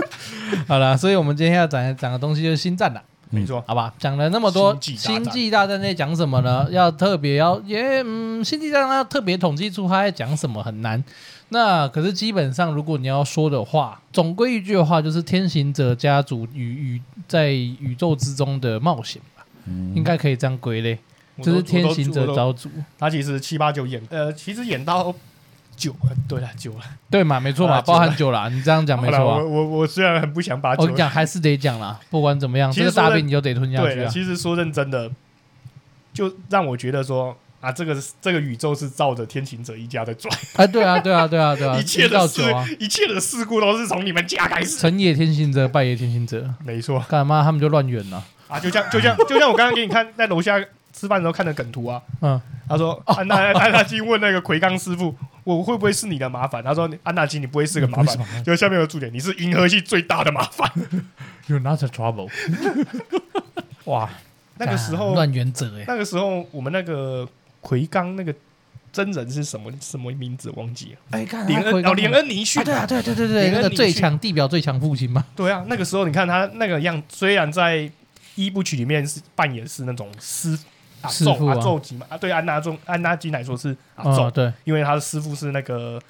[SPEAKER 1] 好了，所以我们今天要讲讲的东西就是星战啦。
[SPEAKER 2] 没错，
[SPEAKER 1] 好吧，讲了那么多，
[SPEAKER 2] 星际大战嗯
[SPEAKER 1] 星际大战》在讲什么呢？要特别要也嗯，《星际大战》要特别统计出它在讲什么很难。那可是基本上，如果你要说的话，总归一句的话，就是天行者家族与宇在宇宙之中的冒险吧，应该可以这样归类，
[SPEAKER 2] 嗯我
[SPEAKER 1] 就
[SPEAKER 2] 都
[SPEAKER 1] 是天行
[SPEAKER 2] 我
[SPEAKER 1] 者
[SPEAKER 2] 都我都
[SPEAKER 1] 家族，
[SPEAKER 2] 他其实七八九演，呃，其实演到九，呃对了，九了。
[SPEAKER 1] 对嘛？没错嘛，
[SPEAKER 2] 啊
[SPEAKER 1] 包含九啦， 你这样讲没
[SPEAKER 2] 好啦
[SPEAKER 1] 错啊
[SPEAKER 2] 我。我我虽然很不想把
[SPEAKER 1] 我
[SPEAKER 2] 九
[SPEAKER 1] 跟你讲，还是得讲啦，不管怎么样，
[SPEAKER 2] 其
[SPEAKER 1] 这
[SPEAKER 2] 实
[SPEAKER 1] 个大
[SPEAKER 2] 说
[SPEAKER 1] 便
[SPEAKER 2] 真
[SPEAKER 1] 你就得吞下
[SPEAKER 2] 对
[SPEAKER 1] 去
[SPEAKER 2] 了，
[SPEAKER 1] 啊。
[SPEAKER 2] 其实说认真的，就让我觉得说啊，这个这个宇宙是照着天行者一家在转，
[SPEAKER 1] 啊，对啊，对啊，对啊，对啊，
[SPEAKER 2] 一切
[SPEAKER 1] 到
[SPEAKER 2] 的事
[SPEAKER 1] 九啊，，
[SPEAKER 2] 一切的事故都是从你们家开始。
[SPEAKER 1] 成也天行者，败也天行者。
[SPEAKER 2] 没错
[SPEAKER 1] 干嘛他们就乱远了？
[SPEAKER 2] 啊，就像就像就像我刚刚给你看在楼下吃饭的时候看的梗图啊，
[SPEAKER 1] 嗯，
[SPEAKER 2] 他说安娜安娜金问那个奎刚师傅。我会不会是你的麻烦？他说：“安娜金，你不会是个麻
[SPEAKER 1] 你不会是麻
[SPEAKER 2] 烦。”就下面有注点，你是银河系最大的麻烦。
[SPEAKER 1] You're not a trouble 。哇，
[SPEAKER 2] 那个时候，啊
[SPEAKER 1] 乱原则哎、
[SPEAKER 2] 那个时候我们那个奎刚那个真人是什么什么名字忘记了？
[SPEAKER 1] 哎，看
[SPEAKER 2] 连恩哦，连恩尼逊
[SPEAKER 1] 啊，对啊，对对对对，
[SPEAKER 2] 连恩
[SPEAKER 1] 那个
[SPEAKER 2] 尼
[SPEAKER 1] 最
[SPEAKER 2] 逊
[SPEAKER 1] 强地表最强父亲嘛，
[SPEAKER 2] 对啊，那个时候你看他那个样，虽然在一部曲里面是扮演是那种师阿
[SPEAKER 1] 师
[SPEAKER 2] 宙
[SPEAKER 1] 父啊
[SPEAKER 2] 阿宙级嘛，啊，对安娜中安娜基来说是阿宙，
[SPEAKER 1] 啊对，
[SPEAKER 2] 因为他的师傅是那个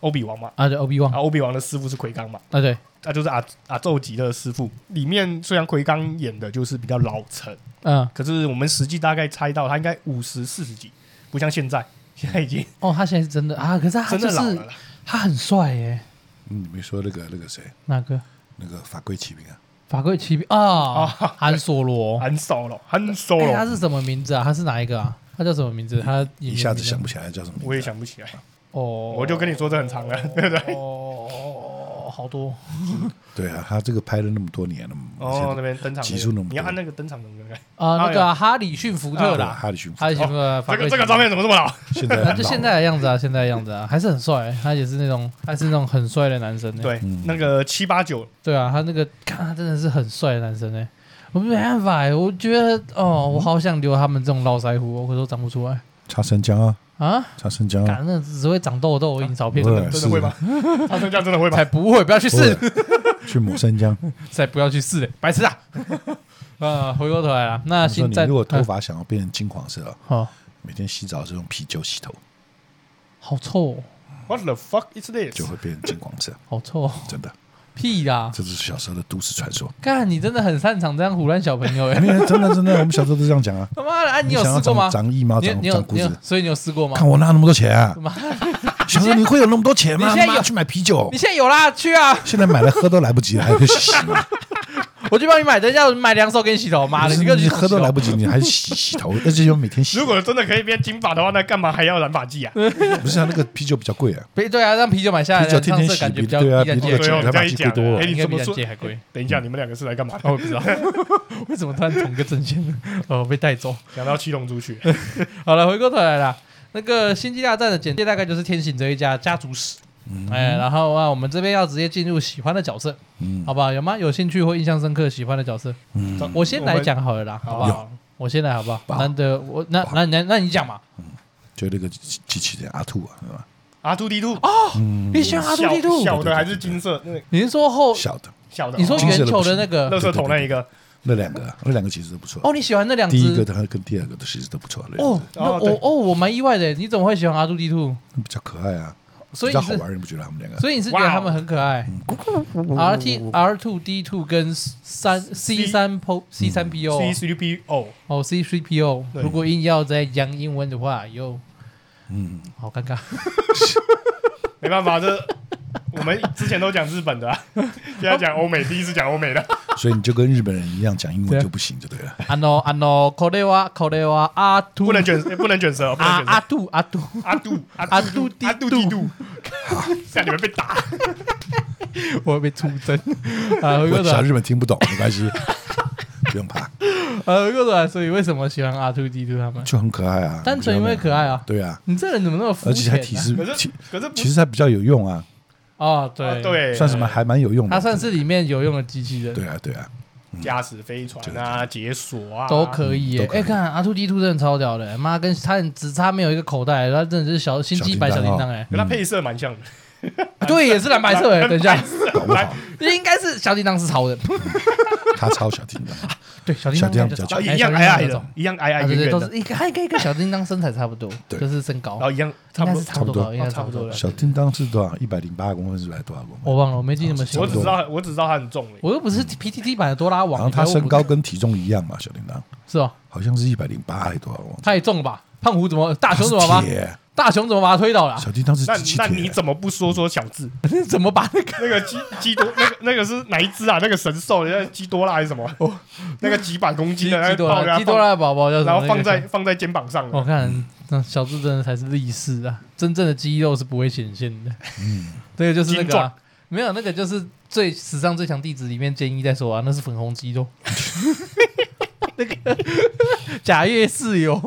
[SPEAKER 2] 欧比王嘛，
[SPEAKER 1] 啊对，欧比旺
[SPEAKER 2] 啊，欧比王的师傅是奎刚嘛，
[SPEAKER 1] 啊对，
[SPEAKER 2] 他、就是阿阿宙级的师傅。里面虽然奎刚演的就是比较老成，
[SPEAKER 1] 嗯，
[SPEAKER 2] 可是我们实际大概猜到他应该五十四十几，不像现在， 现在已经
[SPEAKER 1] 哦，他现在是真的 啊，可是他
[SPEAKER 2] 真
[SPEAKER 1] 就
[SPEAKER 2] 的老了
[SPEAKER 1] 是
[SPEAKER 2] 啦。
[SPEAKER 1] 他很帅哎、
[SPEAKER 3] 嗯你没说那个那个谁，
[SPEAKER 1] 那个
[SPEAKER 3] 那个法规骑兵啊，
[SPEAKER 1] 法规骑兵
[SPEAKER 2] 哦
[SPEAKER 1] 啊，韩索 罗，
[SPEAKER 2] 很熟了，很熟
[SPEAKER 1] 哎，他
[SPEAKER 2] 了，
[SPEAKER 1] 是什么名字啊？他是哪一个啊？他叫什么名字？他
[SPEAKER 3] 一下子想不起来叫什么名字。
[SPEAKER 2] 我也想不起来，
[SPEAKER 1] 哦，
[SPEAKER 2] 我就跟你说这很长了， 对不对？
[SPEAKER 1] 哦，好多
[SPEAKER 3] 对啊，他这个拍了那么多年了嘛，
[SPEAKER 2] 哦，那
[SPEAKER 3] 现在
[SPEAKER 2] 边登场
[SPEAKER 3] 集数那么多
[SPEAKER 2] 你要按那个登场怎么看？
[SPEAKER 1] 啊，那
[SPEAKER 2] 哎
[SPEAKER 1] 个
[SPEAKER 2] 呀
[SPEAKER 1] 啊哈里逊福特
[SPEAKER 3] 对啊
[SPEAKER 1] 啦，
[SPEAKER 3] 哈里逊福
[SPEAKER 1] 哈里逊福特法规
[SPEAKER 2] 这
[SPEAKER 1] 骑
[SPEAKER 2] 个这个
[SPEAKER 1] 兵
[SPEAKER 2] 照片怎么这么老？
[SPEAKER 3] 现在
[SPEAKER 1] 啊，
[SPEAKER 3] 很
[SPEAKER 1] 就
[SPEAKER 3] 老
[SPEAKER 1] 现在的样子啊，现在的样子啊，还是很帅，他也是那种，他是那种很帅的男生呢。
[SPEAKER 2] 对，那个七八九，
[SPEAKER 1] 对啊，他那个，看他真的是很帅的男生呢。我没办法欸，我觉得哦，我好想留他们这种络腮胡，我可都长不出来
[SPEAKER 3] 擦生姜啊，
[SPEAKER 1] 啊！
[SPEAKER 3] 擦生姜啊，
[SPEAKER 1] 感那只会长痘痘，我已经照片
[SPEAKER 3] 不
[SPEAKER 1] 了
[SPEAKER 3] 会，
[SPEAKER 2] 真的会吗？他这样真的会吗
[SPEAKER 1] 嗯才？不会，不要去 试，
[SPEAKER 3] 不会去抹生姜。
[SPEAKER 1] 才不要去试嘞，白痴啊！啊，回过头来了，那
[SPEAKER 3] 我说
[SPEAKER 1] 现
[SPEAKER 3] 你
[SPEAKER 1] 在
[SPEAKER 3] 如果头
[SPEAKER 1] 呃
[SPEAKER 3] 发想要变成金黄色啊，
[SPEAKER 1] 哦，
[SPEAKER 3] 每天洗澡是用啤酒洗头，
[SPEAKER 1] 好臭哦，
[SPEAKER 2] What the fuck is
[SPEAKER 3] 就
[SPEAKER 2] this？
[SPEAKER 3] 会变成金黄色，
[SPEAKER 1] 好臭哦，
[SPEAKER 3] 真的，
[SPEAKER 1] 屁啦！
[SPEAKER 3] 这是小时候的都市传说。
[SPEAKER 1] 干，你真的很擅长这样唬烂小朋友哎！
[SPEAKER 3] 没有，真的真的，我们小时候都这样讲啊。
[SPEAKER 1] 他妈的，啊，你有
[SPEAKER 3] 想要
[SPEAKER 1] 试过吗
[SPEAKER 3] 长？长腋毛、
[SPEAKER 1] 你有
[SPEAKER 3] 长
[SPEAKER 1] 你有
[SPEAKER 3] 长胡
[SPEAKER 1] 你有
[SPEAKER 3] 子，，
[SPEAKER 1] 所以你有试过吗？
[SPEAKER 3] 看我哪有那么多钱啊
[SPEAKER 1] 妈！
[SPEAKER 3] 小时候你会有那么多钱吗？
[SPEAKER 1] 你现在
[SPEAKER 3] 妈
[SPEAKER 1] 有
[SPEAKER 3] 去买啤酒
[SPEAKER 1] 你，现在有啦，去啊！
[SPEAKER 3] 现在买了喝都来不及了，还会洗？
[SPEAKER 1] 我去帮你买，等一下我买两手给你洗头，妈
[SPEAKER 3] 不
[SPEAKER 1] 的，
[SPEAKER 3] 是
[SPEAKER 1] 你给我
[SPEAKER 3] 你
[SPEAKER 1] 去
[SPEAKER 3] 喝都来不及，你还 洗洗头，而且又每天洗
[SPEAKER 2] 如。果真的可以变金发的话，那干嘛还要染发剂啊？
[SPEAKER 1] 嗯
[SPEAKER 3] 不是啊，那个啤酒比较贵啊，
[SPEAKER 1] 别对啊，让啤酒买下来，
[SPEAKER 3] 啤酒天天
[SPEAKER 1] 上色感觉
[SPEAKER 3] 洗
[SPEAKER 1] 比较
[SPEAKER 3] 对啊
[SPEAKER 1] 比染
[SPEAKER 3] 啤酒
[SPEAKER 1] 界
[SPEAKER 2] 对哦，
[SPEAKER 3] 染
[SPEAKER 2] 你这
[SPEAKER 3] 发
[SPEAKER 2] 样一
[SPEAKER 3] 剂
[SPEAKER 2] 讲
[SPEAKER 3] 贵多了，
[SPEAKER 2] 哎，你
[SPEAKER 1] 应该
[SPEAKER 2] 怎
[SPEAKER 1] 比
[SPEAKER 2] 么
[SPEAKER 1] 染
[SPEAKER 2] 说？
[SPEAKER 1] 界还贵。
[SPEAKER 2] 等一下，你们两个是 来干嘛？哦
[SPEAKER 1] 我不知道 为什么突然同个阵线哦，被带走。
[SPEAKER 2] 讲到七龙珠去，
[SPEAKER 1] 好了，回过头来了，那个《星际大战》的简介大概就是天行者一家家族史。哎，然后啊，我们这边要直接进入喜欢的角色，
[SPEAKER 3] 嗯
[SPEAKER 1] 好不好？有吗？有兴趣或印象深刻喜欢的角色，
[SPEAKER 3] 嗯，
[SPEAKER 1] 我先来讲好了啦，好
[SPEAKER 2] 好
[SPEAKER 1] 不
[SPEAKER 2] 吧
[SPEAKER 1] 好？？我先来好不好？
[SPEAKER 3] 好
[SPEAKER 1] 难得我那那那那你讲嘛，
[SPEAKER 3] 就那个机机器人阿兔啊，是吧？
[SPEAKER 2] R two D two
[SPEAKER 1] 啊你喜欢阿杜
[SPEAKER 2] 小
[SPEAKER 1] 地兔？
[SPEAKER 2] 小的还是金色？那个
[SPEAKER 1] 你是说后？
[SPEAKER 3] 嗯小的
[SPEAKER 2] 小的，哦
[SPEAKER 1] 你说
[SPEAKER 3] 金
[SPEAKER 1] 圆
[SPEAKER 3] 色的
[SPEAKER 1] 球
[SPEAKER 3] 不
[SPEAKER 1] 的
[SPEAKER 3] 行
[SPEAKER 1] 那个
[SPEAKER 2] 垃圾桶那一个，
[SPEAKER 3] 那两个，那两个其实都不错。
[SPEAKER 1] 哦，你喜欢那两
[SPEAKER 3] 第一个
[SPEAKER 1] 只
[SPEAKER 3] 它跟第二个都其实都不错，那两
[SPEAKER 1] 哦
[SPEAKER 3] 个？
[SPEAKER 1] 那
[SPEAKER 2] 哦
[SPEAKER 1] 我
[SPEAKER 2] 对
[SPEAKER 1] 哦，我蛮意外的，你怎么会喜欢阿杜地兔？
[SPEAKER 3] 比较可爱啊，
[SPEAKER 1] 所
[SPEAKER 3] 比
[SPEAKER 1] 以你
[SPEAKER 3] 较好
[SPEAKER 1] 是
[SPEAKER 3] 玩，你不觉得他们两个？
[SPEAKER 1] 所以你是觉得
[SPEAKER 2] 哇哦
[SPEAKER 1] 他们很可爱？R T R two D two 跟三 C 三 P C 三 P O
[SPEAKER 2] 嗯 C C P O，
[SPEAKER 1] 哦 C 3 P O，
[SPEAKER 2] 对
[SPEAKER 1] 如果硬要再讲英文的话，有
[SPEAKER 3] 嗯，
[SPEAKER 1] 好尴尬。
[SPEAKER 2] 没办法，这我们之前都讲日本的啊，现在讲欧美，第一次讲欧美的，
[SPEAKER 3] 所以你就跟日本人一样讲英
[SPEAKER 1] 啊对啊
[SPEAKER 3] 文就不行，就对 了。
[SPEAKER 1] 安诺安诺，口雷哇口雷哇阿杜
[SPEAKER 2] 不能卷，不能卷舌，不
[SPEAKER 1] 阿
[SPEAKER 2] 能卷
[SPEAKER 1] 阿
[SPEAKER 2] 舌。
[SPEAKER 1] 杜阿杜，
[SPEAKER 2] 阿杜
[SPEAKER 1] 阿
[SPEAKER 2] 阿
[SPEAKER 1] 杜地
[SPEAKER 2] 阿杜
[SPEAKER 1] 杜
[SPEAKER 2] 地杜，这样你们被打。
[SPEAKER 1] 我会被出 征啊！回过
[SPEAKER 3] 我
[SPEAKER 1] 头
[SPEAKER 3] 小
[SPEAKER 1] 来
[SPEAKER 3] 日本听不懂没关系， 不用怕，
[SPEAKER 1] 呃，回过头来，所以为什么喜欢 R two D two 他们？
[SPEAKER 3] 就很可爱啊。
[SPEAKER 1] 单纯因为可爱啊！
[SPEAKER 3] 对啊，
[SPEAKER 1] 你这人怎么那么肤
[SPEAKER 3] 而且还
[SPEAKER 1] 浅、
[SPEAKER 3] 体
[SPEAKER 1] 啊？
[SPEAKER 3] 质
[SPEAKER 2] 可，是
[SPEAKER 3] 其
[SPEAKER 2] 可是不
[SPEAKER 3] 其实还比较有用啊，
[SPEAKER 1] 哦，对、
[SPEAKER 2] 啊，，对，
[SPEAKER 3] 算什么还蛮有用
[SPEAKER 1] 他
[SPEAKER 3] 的。
[SPEAKER 1] 算是里面有用的机器人，
[SPEAKER 3] 对啊，对啊，
[SPEAKER 2] 驾驶飞船啊，解锁啊，
[SPEAKER 1] 都可以耶、
[SPEAKER 3] 嗯都可
[SPEAKER 1] 哎、
[SPEAKER 3] 以
[SPEAKER 1] 看 R two D two 真的超屌的、妈跟他只差没有一个口袋，他真的是小心机一百小
[SPEAKER 3] 小
[SPEAKER 1] 叮
[SPEAKER 3] 叮
[SPEAKER 1] 当
[SPEAKER 3] 当
[SPEAKER 1] 哎、
[SPEAKER 2] 跟它配色蛮像的。
[SPEAKER 1] 对，也是蓝白色哎、等一下，
[SPEAKER 3] 搞不好
[SPEAKER 2] 来
[SPEAKER 1] 应该是小叮当是超人，
[SPEAKER 3] 他超小叮当，
[SPEAKER 1] 对，小叮当应该就
[SPEAKER 3] 小叮当比较
[SPEAKER 1] 是超
[SPEAKER 2] 然后
[SPEAKER 1] 人
[SPEAKER 2] 一样矮矮，
[SPEAKER 1] 哎小叮当那
[SPEAKER 2] 的
[SPEAKER 1] 种，
[SPEAKER 2] 一样矮
[SPEAKER 1] 啊
[SPEAKER 2] 矮
[SPEAKER 1] 对
[SPEAKER 2] 圆
[SPEAKER 1] 对，
[SPEAKER 2] 圆
[SPEAKER 1] 都
[SPEAKER 2] 的，
[SPEAKER 1] 是一个，还跟一个小叮当身材差不多，
[SPEAKER 3] 对
[SPEAKER 1] 就是身高
[SPEAKER 2] 然，后一样差
[SPEAKER 1] 应
[SPEAKER 2] 不
[SPEAKER 1] 该是。
[SPEAKER 2] 多
[SPEAKER 1] 差不多吧，应该
[SPEAKER 2] 差不多
[SPEAKER 1] 了
[SPEAKER 2] 了。
[SPEAKER 3] 小叮当是多少？一百零八公分是还是多少公分？
[SPEAKER 1] 我忘了，我没记那么清
[SPEAKER 2] 我
[SPEAKER 3] 啊差
[SPEAKER 2] 只
[SPEAKER 1] 楚
[SPEAKER 3] 不多嗯
[SPEAKER 2] 知。道，我只知道它很重而已
[SPEAKER 1] 我又不是 PTT 版的多拉
[SPEAKER 3] 然
[SPEAKER 1] 网，
[SPEAKER 3] 后他
[SPEAKER 1] 你觉得
[SPEAKER 3] 身
[SPEAKER 1] 我
[SPEAKER 3] 高跟体重一样嘛，小叮当
[SPEAKER 1] 是吧？
[SPEAKER 3] 好像是一百零八还是多少公分？
[SPEAKER 1] 太重了吧？胖虎怎么大
[SPEAKER 3] 他
[SPEAKER 1] 雄
[SPEAKER 3] 是
[SPEAKER 1] 怎么把
[SPEAKER 3] 铁，
[SPEAKER 1] 大雄怎么把他推倒了啊、
[SPEAKER 3] 小叮当是
[SPEAKER 2] 那
[SPEAKER 3] 机器
[SPEAKER 2] 那
[SPEAKER 3] 铁
[SPEAKER 2] 你。怎么不说说小智？
[SPEAKER 1] 怎么把那个
[SPEAKER 2] 那个基基多，那个那个是哪一只啊？那个神兽，那个基多拉还是什么？那个几百公斤
[SPEAKER 1] 基
[SPEAKER 2] 的，那
[SPEAKER 1] 基
[SPEAKER 2] 个
[SPEAKER 1] 多
[SPEAKER 2] 抱着
[SPEAKER 1] 拉
[SPEAKER 2] 它
[SPEAKER 1] 基多拉的宝宝叫什
[SPEAKER 2] 放，
[SPEAKER 1] 么？
[SPEAKER 2] 然后放在
[SPEAKER 1] 那个
[SPEAKER 2] 放在肩膀上
[SPEAKER 1] 我
[SPEAKER 2] 的。
[SPEAKER 1] 看那小智真的才是力士啊，真正的肌肉是不会显现的。嗯， 这个就是那
[SPEAKER 2] 精
[SPEAKER 1] 个啊、
[SPEAKER 2] 壮
[SPEAKER 1] 没有那个就是最史上最强弟子里面建一在说啊，那是粉红肌 肉。那个假月室友，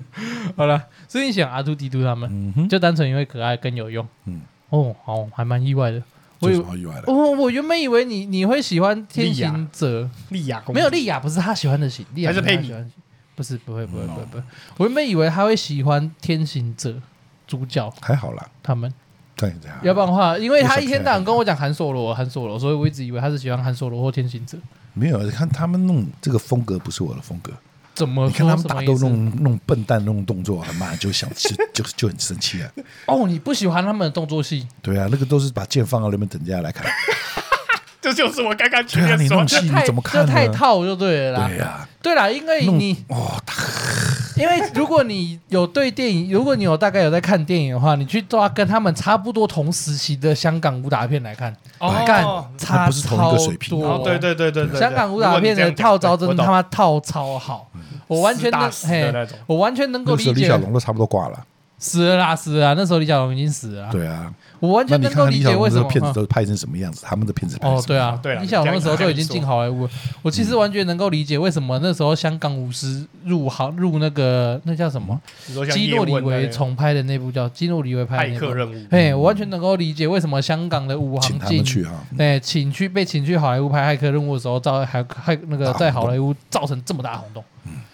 [SPEAKER 1] 好了，所以你想阿杜迪杜他们，
[SPEAKER 3] 嗯哼，
[SPEAKER 1] 就单纯因为可爱更有用。嗯
[SPEAKER 3] 嗯，
[SPEAKER 1] 哦，好，还蛮意外的。我
[SPEAKER 3] 这有
[SPEAKER 1] 以
[SPEAKER 3] 什
[SPEAKER 1] 为
[SPEAKER 3] 么好意外的？
[SPEAKER 1] 我我原本以为你你会喜欢天
[SPEAKER 2] 莉亚
[SPEAKER 1] 行者，
[SPEAKER 2] 莉亚公主
[SPEAKER 1] 没有莉亚不是他喜欢的型，莉亚
[SPEAKER 2] 还是
[SPEAKER 1] 不他
[SPEAKER 2] 佩妮
[SPEAKER 1] 喜欢的型不是不会不会
[SPEAKER 3] 嗯
[SPEAKER 1] 不会
[SPEAKER 3] 哦
[SPEAKER 1] 不会，我原本以为他会喜欢天行者主角
[SPEAKER 3] 还好啦，
[SPEAKER 1] 他们，
[SPEAKER 3] 这样这样。
[SPEAKER 1] 要不然的话，因为他
[SPEAKER 3] 有小
[SPEAKER 1] 一天到晚跟我讲韩索罗韩索罗，所以我一直以为他是喜欢韩索罗或天行者。
[SPEAKER 3] 没有，看他们弄这个风格不是我的风格。
[SPEAKER 1] 怎么
[SPEAKER 3] 你看
[SPEAKER 1] 说
[SPEAKER 3] 他们
[SPEAKER 1] 哦什么
[SPEAKER 3] 打
[SPEAKER 1] 意
[SPEAKER 3] 斗
[SPEAKER 1] 思
[SPEAKER 3] 弄弄笨蛋那种动作，啊，妈就想就 就就很生气啊。
[SPEAKER 1] 哦，你不喜欢他们的动作戏，
[SPEAKER 3] 对啊，那个都是把剑放到那边等人家 来砍。
[SPEAKER 2] 这就是我刚刚前
[SPEAKER 3] 对啊，
[SPEAKER 2] 面
[SPEAKER 3] 你
[SPEAKER 2] 说
[SPEAKER 3] 弄
[SPEAKER 2] 的
[SPEAKER 3] 戏
[SPEAKER 1] 太
[SPEAKER 3] 你怎么看
[SPEAKER 1] 这
[SPEAKER 3] 呢？啊
[SPEAKER 1] 太套就对了啦
[SPEAKER 3] 对。呀，
[SPEAKER 1] 对啦，因为
[SPEAKER 3] 弄
[SPEAKER 1] 你
[SPEAKER 3] 哦，
[SPEAKER 1] 因为如果你有对电影，如果你有大概有在看电影的话，你去抓跟他们差不多同时期的香港武打片来看，干差
[SPEAKER 3] 不是同一个水平
[SPEAKER 1] 超多
[SPEAKER 2] 哦，对对对对对，
[SPEAKER 1] 香港武打片的套招真的他妈套超好，我完全能
[SPEAKER 2] 能的
[SPEAKER 1] 嘿，
[SPEAKER 2] 那种，
[SPEAKER 1] 我完全能
[SPEAKER 3] 嗯那
[SPEAKER 1] 够
[SPEAKER 3] 个时
[SPEAKER 1] 理
[SPEAKER 3] 候李
[SPEAKER 1] 解
[SPEAKER 3] 小。龙都差不多挂了。
[SPEAKER 1] 死了啦，死了啦！那时候李小龙已经死了啦，
[SPEAKER 3] 对啊，
[SPEAKER 1] 我完
[SPEAKER 3] 那
[SPEAKER 1] 全
[SPEAKER 3] 你
[SPEAKER 1] 能
[SPEAKER 3] 看
[SPEAKER 1] 够
[SPEAKER 3] 看
[SPEAKER 1] 理
[SPEAKER 3] 李小
[SPEAKER 1] 解
[SPEAKER 3] 龙
[SPEAKER 1] 为什
[SPEAKER 3] 这
[SPEAKER 1] 么
[SPEAKER 3] 片子
[SPEAKER 1] 嗯
[SPEAKER 3] 都拍成什么样子，他们的片子拍
[SPEAKER 1] 哦，
[SPEAKER 3] 成什么
[SPEAKER 1] 对
[SPEAKER 3] 样
[SPEAKER 1] 啊，
[SPEAKER 2] 对啊
[SPEAKER 1] 李小龙那时候
[SPEAKER 2] 这
[SPEAKER 1] 就
[SPEAKER 2] 样
[SPEAKER 1] 已
[SPEAKER 2] 这样
[SPEAKER 1] 经进好莱坞了。我其
[SPEAKER 2] 嗯
[SPEAKER 1] 实完全能够理解为什么那时候香港舞狮入行入那个那叫什么
[SPEAKER 2] 你说像
[SPEAKER 1] 基诺里维
[SPEAKER 2] 从
[SPEAKER 1] 重拍的那部叫基诺里维拍的
[SPEAKER 2] 派
[SPEAKER 1] 那
[SPEAKER 2] 克
[SPEAKER 1] 部，
[SPEAKER 2] 任务，
[SPEAKER 1] 嘿，我完全能够理解为什么香港的武
[SPEAKER 3] 请
[SPEAKER 1] 行
[SPEAKER 3] 他
[SPEAKER 1] 进
[SPEAKER 3] 们去啊哈。
[SPEAKER 1] 对，请去被请去好莱坞拍《骇客任务》的时候，造还还那个
[SPEAKER 3] 大
[SPEAKER 1] 在
[SPEAKER 3] 轰
[SPEAKER 1] 好莱坞造成这么大轰动。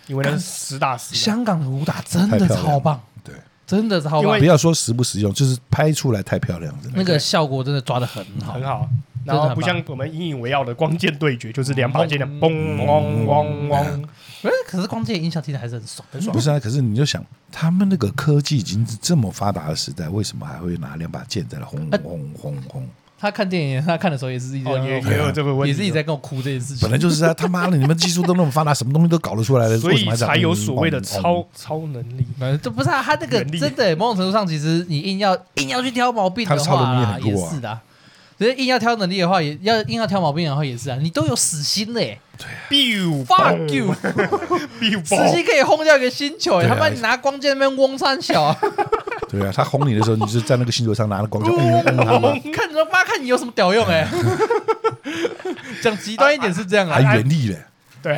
[SPEAKER 2] 因为那是实打实的，
[SPEAKER 1] 香港的武打真的
[SPEAKER 3] 太漂亮
[SPEAKER 1] 超棒，
[SPEAKER 3] 对，
[SPEAKER 1] 真的超
[SPEAKER 2] 因
[SPEAKER 1] 棒
[SPEAKER 2] 为，
[SPEAKER 3] 不要说实不实用，就是拍出来太漂亮，真的
[SPEAKER 1] 那个效果真的抓的很好
[SPEAKER 2] 很。好。
[SPEAKER 1] 真
[SPEAKER 2] 然
[SPEAKER 1] 的很棒
[SPEAKER 2] 后不像我们引以为傲的光剑对决，就是两把剑的嘣嗡嗡嗡，
[SPEAKER 1] 可是哎可是光剑音效听着还是很爽，很
[SPEAKER 3] 不是啊。可是你就想，他们那个科技已经是这么发达的时代，为什么还会拿两把剑在那轰
[SPEAKER 1] 呃
[SPEAKER 3] 轰轰轰？
[SPEAKER 1] 他看电影，他看的时候也是一直
[SPEAKER 2] 哦，
[SPEAKER 1] 在
[SPEAKER 2] 也也有这个问
[SPEAKER 1] 也
[SPEAKER 2] 题，
[SPEAKER 1] 是一直在跟我哭这件事情
[SPEAKER 3] 本。来就是啊，他妈的，你们技术都那么发达，什么东西都搞得出来了，
[SPEAKER 2] 所
[SPEAKER 3] 为什
[SPEAKER 2] 以
[SPEAKER 3] 么还在嗯
[SPEAKER 2] 才有所谓的
[SPEAKER 3] 轰轰
[SPEAKER 2] 超
[SPEAKER 3] 轰
[SPEAKER 2] 超能力。
[SPEAKER 1] 反正这不是啊，他那个
[SPEAKER 2] 原力
[SPEAKER 1] 真的某种程度上，其实你硬要硬要去挑毛病的
[SPEAKER 3] 他超
[SPEAKER 1] 话
[SPEAKER 3] 能力
[SPEAKER 1] 啦，
[SPEAKER 3] 很
[SPEAKER 1] 也
[SPEAKER 3] 弱啊
[SPEAKER 1] 是的啊。只是硬要挑能力的话，也要硬要挑毛病的话也是啊，你都有死心嘞、
[SPEAKER 2] biu
[SPEAKER 1] Fuck you！
[SPEAKER 2] biu
[SPEAKER 1] 死心可以轰掉一个星球、欸，
[SPEAKER 3] 对啊
[SPEAKER 1] 他妈你拿光剑那边嗡三小、啊，
[SPEAKER 3] 对啊，他轰你的时候，你就在那个星球上 拿着光
[SPEAKER 1] 嗡
[SPEAKER 3] 剑，
[SPEAKER 1] 嗡
[SPEAKER 3] 哎
[SPEAKER 1] 嗡嗡嗡，看他妈看你有什么屌用哎、欸！ 讲极端一点是这样
[SPEAKER 3] 还
[SPEAKER 1] 啊，
[SPEAKER 3] 原力嘞，
[SPEAKER 2] 对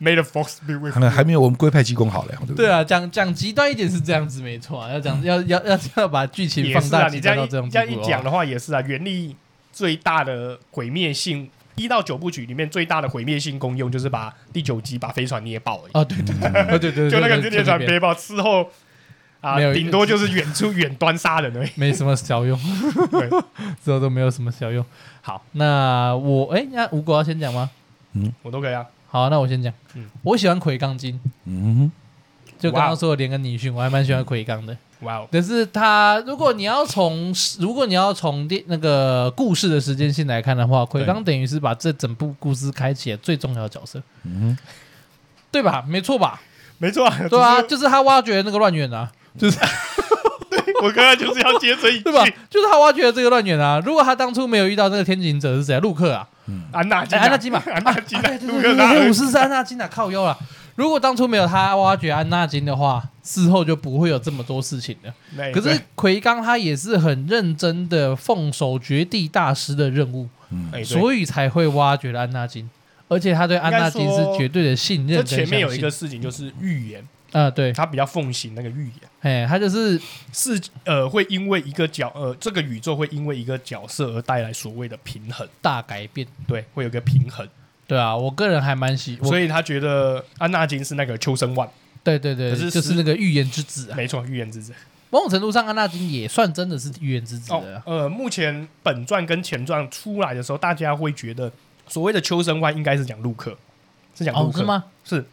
[SPEAKER 2] ，made a fox beautiful，
[SPEAKER 3] 可能还没有我们龟派气功好嘞，对不
[SPEAKER 1] 对？啊，讲讲极端一点是这样子没错啊，要讲要要要要把剧情
[SPEAKER 2] 也
[SPEAKER 1] 放
[SPEAKER 2] 是啊。
[SPEAKER 1] 大
[SPEAKER 2] 你
[SPEAKER 1] 极
[SPEAKER 2] 这
[SPEAKER 1] 端
[SPEAKER 2] 样
[SPEAKER 1] 到
[SPEAKER 2] 一
[SPEAKER 1] 这种
[SPEAKER 2] 这样一
[SPEAKER 1] 地步
[SPEAKER 2] 讲
[SPEAKER 1] 啊，
[SPEAKER 2] 的话，也是啊。原力最大的毁灭性，一到九部曲里面最大的毁灭性功用就是把第九集把飞船捏爆而已，
[SPEAKER 1] 啊对对对对对对，
[SPEAKER 2] 就那个
[SPEAKER 1] 对
[SPEAKER 2] 飞船
[SPEAKER 1] 对
[SPEAKER 2] 捏爆之后。啊
[SPEAKER 1] 没有，
[SPEAKER 2] 顶多就是远处远端杀人 而已。
[SPEAKER 1] 没什么小用，
[SPEAKER 2] 对，
[SPEAKER 1] 之后都没有什么小用。好，那我哎、那吴果要先讲吗？
[SPEAKER 2] 我都可以啊。
[SPEAKER 1] 好，那我先讲。
[SPEAKER 2] 嗯
[SPEAKER 1] 我喜欢魁钢筋，
[SPEAKER 3] 嗯
[SPEAKER 1] 就刚
[SPEAKER 2] 哇
[SPEAKER 1] 刚
[SPEAKER 2] 哦
[SPEAKER 1] 说的连根女训，我还蛮喜欢魁钢的。
[SPEAKER 2] 哇哦，
[SPEAKER 1] 但是他，如果你要从如果你要从电那个故事的时间线来看的话，魁钢等于是把这整部故事开启的最重要的角色，
[SPEAKER 3] 哼嗯
[SPEAKER 1] 对吧？没错吧？
[SPEAKER 2] 没错啊，
[SPEAKER 1] 对啊，
[SPEAKER 2] 只
[SPEAKER 1] 就是他挖掘那个乱源啊，
[SPEAKER 2] 是我刚刚就是要接这一句
[SPEAKER 1] 对吧？就是他挖掘的这个乱源啊。如果他当初没有遇到那个天行者是谁啊，陆克啊，
[SPEAKER 2] 安娜金
[SPEAKER 1] 哎
[SPEAKER 2] 娜，
[SPEAKER 1] 安娜金吧
[SPEAKER 2] 安娜金
[SPEAKER 1] 啊
[SPEAKER 2] 娜
[SPEAKER 1] 对，对
[SPEAKER 2] 卢
[SPEAKER 1] 对
[SPEAKER 2] 克
[SPEAKER 1] 对
[SPEAKER 2] 纳
[SPEAKER 1] 对，
[SPEAKER 2] 尔
[SPEAKER 1] 五十是安纳金啊，靠腰了。如果当初没有他挖掘安纳金的话，事后就不会有这么多事情了。
[SPEAKER 2] 哎
[SPEAKER 1] 可
[SPEAKER 2] 对
[SPEAKER 1] 是奎刚他也是很认真的奉守绝地大师的任务，
[SPEAKER 3] 嗯
[SPEAKER 2] 哎对
[SPEAKER 1] 所以才会挖掘了安纳金，而且他对安纳金
[SPEAKER 2] 应该
[SPEAKER 1] 是
[SPEAKER 2] 说
[SPEAKER 1] 绝对的信任
[SPEAKER 2] 这
[SPEAKER 1] 跟
[SPEAKER 2] 前面有一个
[SPEAKER 1] 相
[SPEAKER 2] 事情就是预言，
[SPEAKER 1] 信啊，对，
[SPEAKER 2] 他比较奉行那个预言，
[SPEAKER 1] 哎，他就是
[SPEAKER 2] 是呃会因为一个角呃这个宇宙会因为一个角色而带来所谓的平衡，
[SPEAKER 1] 大改变，
[SPEAKER 2] 对，会有个平衡，
[SPEAKER 1] 对啊，我个人还蛮喜，我
[SPEAKER 2] 所以他觉得安纳金是那个秋生万，
[SPEAKER 1] 对对对，
[SPEAKER 2] 可是
[SPEAKER 1] 就是
[SPEAKER 2] 是
[SPEAKER 1] 那个预言之子啊，
[SPEAKER 2] 没错，预言之子。
[SPEAKER 1] 某种程度上安纳金也算真的是预言之子
[SPEAKER 2] 哦
[SPEAKER 1] 了啊，，
[SPEAKER 2] 呃，目前本传跟前传出来的时候，大家会觉得所谓的秋生万应该是讲陆克，是讲陆
[SPEAKER 1] 哦
[SPEAKER 2] 克、
[SPEAKER 1] 是？吗？
[SPEAKER 2] 是。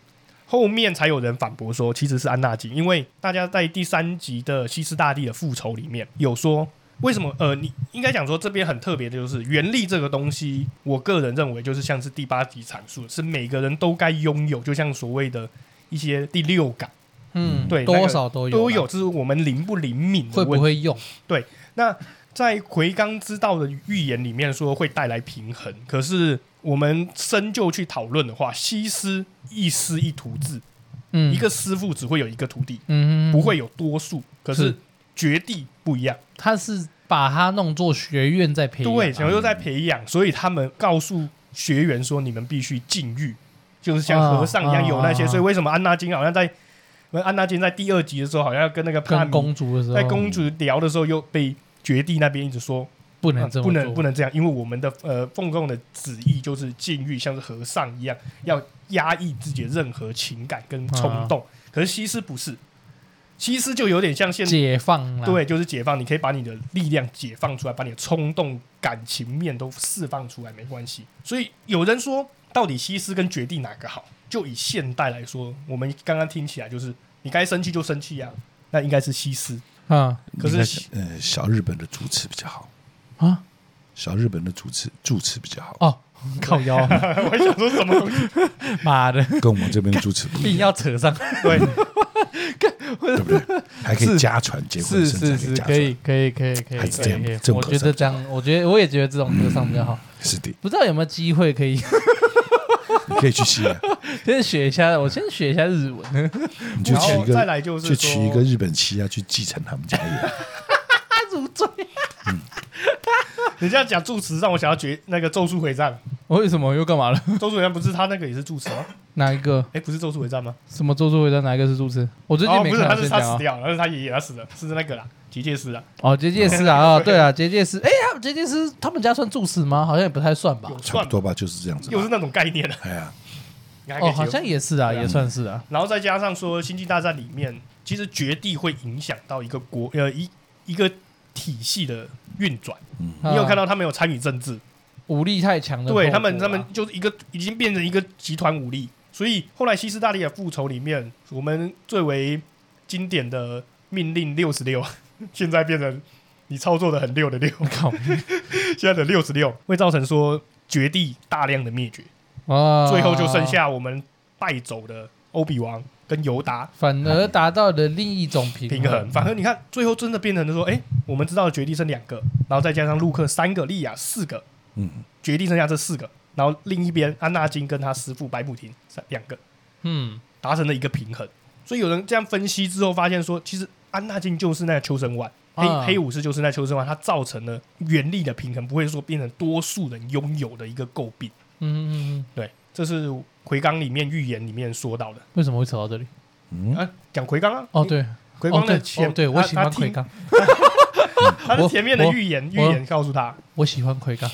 [SPEAKER 2] 后面才有人反驳说，其实是安纳金，因为大家在第三集的西斯大帝的复仇里面有说，为什么？呃，你应该讲说这边很特别的就是原力这个东西，我个人认为就是像是第八集阐述的，是每个人都该拥有，就像所谓的一些第六感
[SPEAKER 1] 嗯，
[SPEAKER 2] 对那
[SPEAKER 1] 多
[SPEAKER 2] 个
[SPEAKER 1] 少都有啦
[SPEAKER 2] 都有，这是我们灵不灵敏的
[SPEAKER 1] 会
[SPEAKER 2] 问
[SPEAKER 1] 不
[SPEAKER 2] 题。
[SPEAKER 1] 会用？
[SPEAKER 2] 那在奎刚之道的预言里面说会带来平衡，可是我们深究去讨论的话，西施一师一徒制，
[SPEAKER 1] 嗯，
[SPEAKER 2] 一个师傅只会有一个徒弟，
[SPEAKER 1] 嗯，
[SPEAKER 2] 不，会有多数，可是
[SPEAKER 1] 是
[SPEAKER 2] 绝地不一样。
[SPEAKER 1] 他是把它弄作学院在培养啊，
[SPEAKER 2] 对，想又在培养，所以他们告诉学员说，你们必须禁欲，就是像和尚一样
[SPEAKER 1] 啊
[SPEAKER 2] 有那些。
[SPEAKER 1] 啊啊
[SPEAKER 2] 所以为什么安纳金好像在安纳金在第二集的时候，好像跟那个帕
[SPEAKER 1] 跟
[SPEAKER 2] 米
[SPEAKER 1] 公主的时哦候，
[SPEAKER 2] 在公主聊的时候，又被绝地那边一直说。
[SPEAKER 1] 不
[SPEAKER 2] 嗯
[SPEAKER 1] 能这么
[SPEAKER 2] 不能不
[SPEAKER 1] 能，
[SPEAKER 2] 能这样，因为我们的呃奉供的旨意就是禁欲，像是和尚一样，要压抑自己的任何情感跟冲动。可是西施不是，西施就有点像现
[SPEAKER 1] 解放啦，
[SPEAKER 2] 对，就是解放，你可以把你的力量解放出来，把你的冲动、感情面都释放出来，没关系。所以有人说，到底西施跟绝地哪个好？就以现代来说，我们刚刚听起来就是你该生气就生气啊，那应该是西施。
[SPEAKER 1] 啊
[SPEAKER 2] 可是
[SPEAKER 3] 应该呃，小日本的主持比较好。
[SPEAKER 1] 啊，
[SPEAKER 3] 小日本的主持住持比较好，
[SPEAKER 1] 哦， 靠腰，
[SPEAKER 2] 我还想说什么东西？
[SPEAKER 1] 妈的，
[SPEAKER 3] 跟我们这边住持不一
[SPEAKER 1] 硬 要扯上，
[SPEAKER 2] 对，
[SPEAKER 3] 样，对不对？还可以
[SPEAKER 1] 是
[SPEAKER 3] 家传结婚
[SPEAKER 1] 是
[SPEAKER 3] 生
[SPEAKER 1] 是
[SPEAKER 3] 产，可以
[SPEAKER 1] 是，可以
[SPEAKER 3] 家传，
[SPEAKER 1] 可以可以可以，
[SPEAKER 3] 还是这样
[SPEAKER 1] 可以
[SPEAKER 3] 这种
[SPEAKER 1] 我
[SPEAKER 3] 歌嗯
[SPEAKER 1] 觉得
[SPEAKER 3] 上
[SPEAKER 1] 这样，我觉得我也觉得这种歌上比较好。
[SPEAKER 3] 是的，
[SPEAKER 1] 不知道有没有机会可以
[SPEAKER 3] 你可以去 啊西兰，
[SPEAKER 1] 先学一下，我先学一下日文。
[SPEAKER 3] 你就
[SPEAKER 2] 然
[SPEAKER 3] 娶一
[SPEAKER 2] 后再
[SPEAKER 3] 个，
[SPEAKER 2] 来就是
[SPEAKER 3] 就
[SPEAKER 2] 说
[SPEAKER 3] 娶一个日本妻啊，去继承他们家业，
[SPEAKER 1] 他如醉，
[SPEAKER 2] 你这样讲住持，让我想要决那个《咒术回战
[SPEAKER 1] 我为什么又干嘛了？》。
[SPEAKER 2] 《咒术回战》不是他那个也是住持吗？
[SPEAKER 1] 哪一个？
[SPEAKER 2] 哎，不是《咒术回战》吗？
[SPEAKER 1] 什么咒术回战？哪一个是主持？我最近
[SPEAKER 2] 哦，
[SPEAKER 1] 没
[SPEAKER 2] 不是，
[SPEAKER 1] 看
[SPEAKER 2] 他
[SPEAKER 1] 到
[SPEAKER 2] 是
[SPEAKER 1] 先
[SPEAKER 2] 他
[SPEAKER 1] 讲
[SPEAKER 2] 死
[SPEAKER 1] 啊。
[SPEAKER 2] 掉了，他是他爷爷，他死了，是那个啦，结界师啊，
[SPEAKER 1] 哦，结界师啊， 哦，对啊，结界师。哎呀，结界师他们家算住持吗？好像也不太算吧
[SPEAKER 2] 有。
[SPEAKER 3] 差
[SPEAKER 2] 算
[SPEAKER 3] 不多吧，就是这样子吧
[SPEAKER 2] 又。是那种概念了。
[SPEAKER 3] 哎呀，
[SPEAKER 2] 你还可以
[SPEAKER 1] 哦，
[SPEAKER 2] 结
[SPEAKER 1] 好像也是啊，
[SPEAKER 2] 对啊
[SPEAKER 1] 也算是啊。
[SPEAKER 2] 然后再加上说，《星际大战》里面其实绝地会影响到一个国呃一一个体系的运转。
[SPEAKER 3] 嗯
[SPEAKER 2] 你有看
[SPEAKER 1] 到
[SPEAKER 2] 到他们有参与政治？
[SPEAKER 1] 啊武力太强的后果啊？
[SPEAKER 2] 对他们，他们就是一个已经变成一个集团武力。所以后来西斯大利的复仇里面，我们最为经典的命令六十六， 现在变成你操作的很六的六，
[SPEAKER 1] 靠
[SPEAKER 2] 现在的六十六会造成说绝地大量的灭绝，
[SPEAKER 1] 啊，
[SPEAKER 2] 最后就剩下我们败走的欧比王跟尤达
[SPEAKER 1] 反而达到了另一种平
[SPEAKER 2] 平衡。反而你看，最后真的变成了说，哎、我们知道的绝地剩两个，然后再加上陆克三个，利亚四个，
[SPEAKER 3] 嗯，
[SPEAKER 2] 绝地剩下这四个，然后另一边安纳金跟他师傅白母婷三两个
[SPEAKER 1] 嗯，
[SPEAKER 2] 达成了一个平衡。所以有人这样分析之后，发现说，其实安纳金就是那个秋生丸，黑、
[SPEAKER 1] 啊
[SPEAKER 2] 黑武士就是那秋生丸，它造成了原力的平衡，不会说变成多数人拥有的一个诟病。
[SPEAKER 1] 嗯嗯嗯，
[SPEAKER 2] 对，这是回纲里面预言里面说到的。
[SPEAKER 1] 为什么会扯到这里？
[SPEAKER 3] 嗯
[SPEAKER 2] 啊，讲回纲啊，
[SPEAKER 1] 哦，，对，
[SPEAKER 2] 回纲
[SPEAKER 1] 哦
[SPEAKER 2] 的
[SPEAKER 1] 对
[SPEAKER 2] 前，
[SPEAKER 1] 哦对我
[SPEAKER 2] 他
[SPEAKER 1] 喜欢
[SPEAKER 2] 他听
[SPEAKER 1] 奎刚，
[SPEAKER 2] 他是
[SPEAKER 1] 我
[SPEAKER 2] 前面的
[SPEAKER 1] 我
[SPEAKER 2] 预言，预
[SPEAKER 1] 我
[SPEAKER 2] 言告诉他，
[SPEAKER 1] 我喜欢奎刚。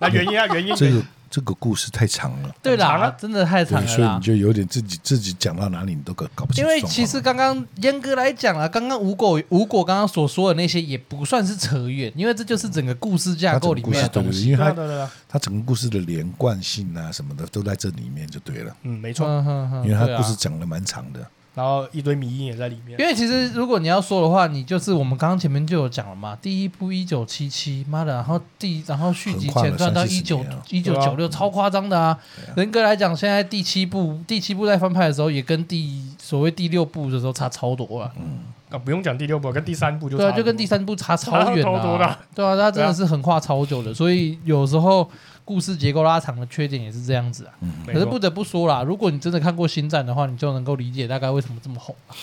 [SPEAKER 2] 那原因啊，原因
[SPEAKER 3] 这个这个故事太长了，
[SPEAKER 1] 对
[SPEAKER 2] 很长
[SPEAKER 1] 啦
[SPEAKER 2] 啊，
[SPEAKER 1] 真的太长
[SPEAKER 3] 对，
[SPEAKER 1] 了
[SPEAKER 3] 所以
[SPEAKER 1] 啦
[SPEAKER 3] 你。就有点自己自己讲到哪里你都搞搞不清
[SPEAKER 1] 因
[SPEAKER 3] 楚状况了。啊
[SPEAKER 1] 为其实刚刚严格来讲啊，刚刚吴果吴果刚刚所说的那些也不算是扯远，因为这就是整个故事架
[SPEAKER 3] 它整
[SPEAKER 1] 构
[SPEAKER 3] 个
[SPEAKER 1] 里
[SPEAKER 3] 故
[SPEAKER 1] 面
[SPEAKER 3] 事
[SPEAKER 1] 的
[SPEAKER 3] 对
[SPEAKER 1] 东
[SPEAKER 3] 对对
[SPEAKER 1] 西。
[SPEAKER 3] 因为
[SPEAKER 2] 对啊
[SPEAKER 3] 它
[SPEAKER 2] 对啊对啊，
[SPEAKER 3] 它整个故事的连贯性啊什么的都在这里面就对了，
[SPEAKER 2] 嗯，没错。
[SPEAKER 1] 嗯啊哼哼，
[SPEAKER 3] 因为它
[SPEAKER 1] 对啊
[SPEAKER 3] 故事讲的蛮长的，
[SPEAKER 2] 然后一堆迷因也在里面
[SPEAKER 1] 因，为其实如果你要说的话，你就是我们刚刚前面就有讲了嘛，第一部一九七七，妈的，然后第然后续集
[SPEAKER 3] 横跨了
[SPEAKER 1] 前传到一
[SPEAKER 3] 30
[SPEAKER 1] 九
[SPEAKER 3] 年啊
[SPEAKER 1] 一九九六，超夸张的啊！人格来讲，现在第七部第七部在翻拍的时候，也跟第所谓第六部的时候差超多
[SPEAKER 3] 嗯
[SPEAKER 1] 啊，
[SPEAKER 2] 啊，不用讲第六部跟第三部就
[SPEAKER 1] 对啊，
[SPEAKER 2] 差
[SPEAKER 1] 就跟
[SPEAKER 2] 很多
[SPEAKER 1] 第三部差超远
[SPEAKER 2] 差超多的
[SPEAKER 1] 啊
[SPEAKER 2] 啊，
[SPEAKER 1] 对啊，它真的是横跨超久的，所以有时候故事结构拉长的缺点也是这样子啊。
[SPEAKER 3] 嗯
[SPEAKER 2] 没
[SPEAKER 1] 可是
[SPEAKER 2] 错
[SPEAKER 1] 不得不说啦，如果你真的看过《星战》的话，你就能够理解大概为什么这么红啊、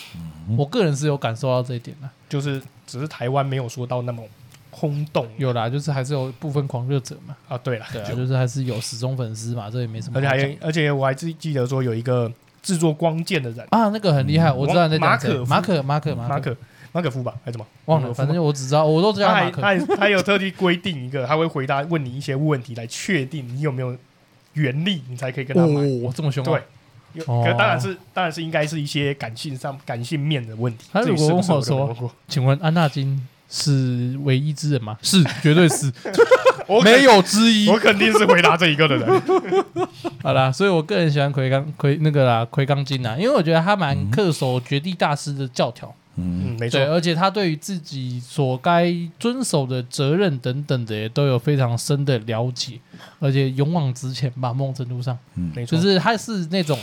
[SPEAKER 3] 嗯
[SPEAKER 1] 我个人是有感受到这一点的。
[SPEAKER 2] 就是只是台湾没有说到那么轰动
[SPEAKER 1] 有啦，就是还是有部分狂热者嘛，
[SPEAKER 2] 啊。对了，
[SPEAKER 1] 对啊，就是还是有死忠粉丝嘛，这也没什么
[SPEAKER 2] 而
[SPEAKER 1] 好
[SPEAKER 2] 且
[SPEAKER 1] 讲。
[SPEAKER 2] 还而且我还记记得说有一个制作光剑的人，
[SPEAKER 1] 啊，那个很厉害，我知道你在讲谁，马
[SPEAKER 2] 嗯马
[SPEAKER 1] 可马可马
[SPEAKER 2] 马
[SPEAKER 1] 可，
[SPEAKER 2] 可马可夫吧，还是什么
[SPEAKER 1] 忘了，反正我只知道，我都知道
[SPEAKER 2] 他
[SPEAKER 1] 马
[SPEAKER 2] 还
[SPEAKER 1] 可。
[SPEAKER 2] 他还他有特地规定一个，他会回答问你一些问题来确定你有没有原力，你才可以跟他买。
[SPEAKER 1] 哦，这么凶啊！
[SPEAKER 2] 对，有
[SPEAKER 1] 哦
[SPEAKER 2] 可当然是当然是应该是一些感性上感性面的问题。
[SPEAKER 1] 他
[SPEAKER 2] 至
[SPEAKER 1] 如
[SPEAKER 2] 于
[SPEAKER 1] 果
[SPEAKER 2] 是不
[SPEAKER 1] 问
[SPEAKER 2] 是
[SPEAKER 1] 我
[SPEAKER 2] 我都
[SPEAKER 1] 说
[SPEAKER 2] 没问过
[SPEAKER 1] 请问安纳金是唯一之人吗？是，绝对是，
[SPEAKER 2] 我肯
[SPEAKER 1] 没，有之一
[SPEAKER 2] 我。肯定是回答这一 个的人。
[SPEAKER 1] 好啦，所以我个人喜欢奎刚奎那个啦，奎刚金啊，因为我觉得他
[SPEAKER 2] 嗯
[SPEAKER 1] 蛮恪守绝地大师的教条，
[SPEAKER 3] 嗯，
[SPEAKER 2] 嗯，没错
[SPEAKER 1] 对，，而且他对于自己所该遵守的责任等等的也都有非常深的了解，而且勇往直前吧，某种程度上，
[SPEAKER 2] 没错，
[SPEAKER 1] 就是他是那种，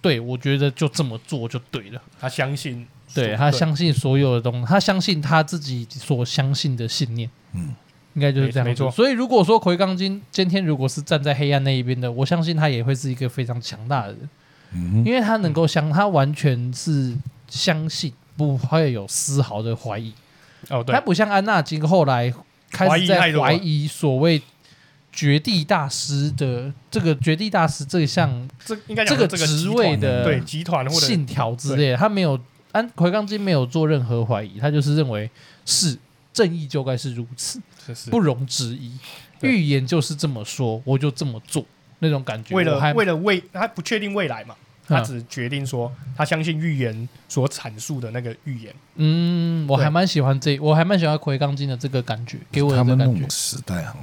[SPEAKER 1] 对我觉得就这么做就对了，
[SPEAKER 2] 他相信，
[SPEAKER 1] 对他相信所有的东西，他相信他自己所相信的信念，
[SPEAKER 3] 嗯，
[SPEAKER 1] 应该就是这样
[SPEAKER 2] 没错
[SPEAKER 1] 所以如果说奎刚金今天如果是站在黑暗那一边的，我相信他也会是一个非常强大的人，
[SPEAKER 3] 嗯哼
[SPEAKER 1] 因为他能够相，他完全是相信，不会有丝毫的怀疑。
[SPEAKER 2] 哦，对
[SPEAKER 1] 他，不像安娜金后来开始在
[SPEAKER 2] 怀疑太多
[SPEAKER 1] 怀
[SPEAKER 2] 了
[SPEAKER 1] 疑所谓绝地大师的这个绝地大师这项
[SPEAKER 2] 这应该
[SPEAKER 1] 这
[SPEAKER 2] 讲
[SPEAKER 1] 个
[SPEAKER 2] 说这个集
[SPEAKER 1] 职
[SPEAKER 2] 团
[SPEAKER 1] 位
[SPEAKER 2] 对
[SPEAKER 1] 的
[SPEAKER 2] 集团或者
[SPEAKER 1] 信条之类的，他没有安奎刚金没有做任何怀疑，他就是认为是正义就该是如此，
[SPEAKER 2] 是是
[SPEAKER 1] 不容置疑，
[SPEAKER 2] 对
[SPEAKER 1] 预言就是这么说，我就这么做那种感觉。
[SPEAKER 2] 为
[SPEAKER 1] 我
[SPEAKER 2] 了
[SPEAKER 1] 还
[SPEAKER 2] 为了未他不确定未来嘛，他
[SPEAKER 1] 嗯
[SPEAKER 2] 只决定说他相信预言所阐述的那个预言。
[SPEAKER 1] 嗯，我
[SPEAKER 2] 对
[SPEAKER 1] 还蛮喜欢这，我还蛮喜欢奎刚金的这个感觉，给我的
[SPEAKER 3] 他
[SPEAKER 1] 这个
[SPEAKER 3] 们那
[SPEAKER 1] 感觉
[SPEAKER 3] 种。时代哈，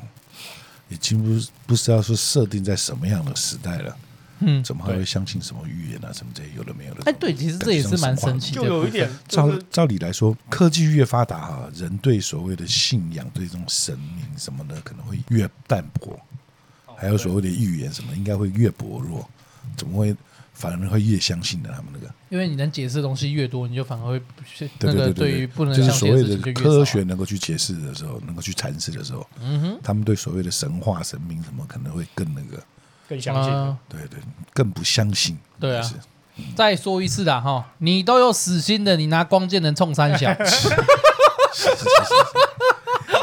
[SPEAKER 3] 已经不不知道是设定在什么样的时代了。
[SPEAKER 1] 嗯，
[SPEAKER 3] 怎么还会相信什么预言啊，什么这些有的没有的？
[SPEAKER 1] 哎，对，其实这也是蛮神奇的
[SPEAKER 2] 就
[SPEAKER 1] 部分，
[SPEAKER 2] 有一 点就
[SPEAKER 3] 照
[SPEAKER 2] 是
[SPEAKER 3] 照理来说，科技越发达哈，人对所谓的信仰、对这种神明什么的，可能会越淡薄，还有所谓的预言什么，应该会越薄弱。怎么会反而会越相信的？他们那个，
[SPEAKER 1] 因为你能解释的东西越多，你就反而会不是那
[SPEAKER 3] 对对
[SPEAKER 1] 个
[SPEAKER 3] 对对
[SPEAKER 1] 于不能
[SPEAKER 3] 就是
[SPEAKER 1] 相信
[SPEAKER 3] 所
[SPEAKER 1] 的
[SPEAKER 3] 谓
[SPEAKER 1] 事情就
[SPEAKER 3] 的
[SPEAKER 1] 越
[SPEAKER 3] 科
[SPEAKER 1] 少
[SPEAKER 3] 学能够去解释的时候，能够去阐释的时候，
[SPEAKER 1] 嗯哼，
[SPEAKER 3] 他们对所谓的神话、神明什么，可能会更那个，
[SPEAKER 2] 更相信了。
[SPEAKER 1] 啊
[SPEAKER 3] 对对，更不相信。
[SPEAKER 1] 对啊
[SPEAKER 3] 是
[SPEAKER 1] 再说一次啦哈，你都有死心的，你拿光剑能冲三 小，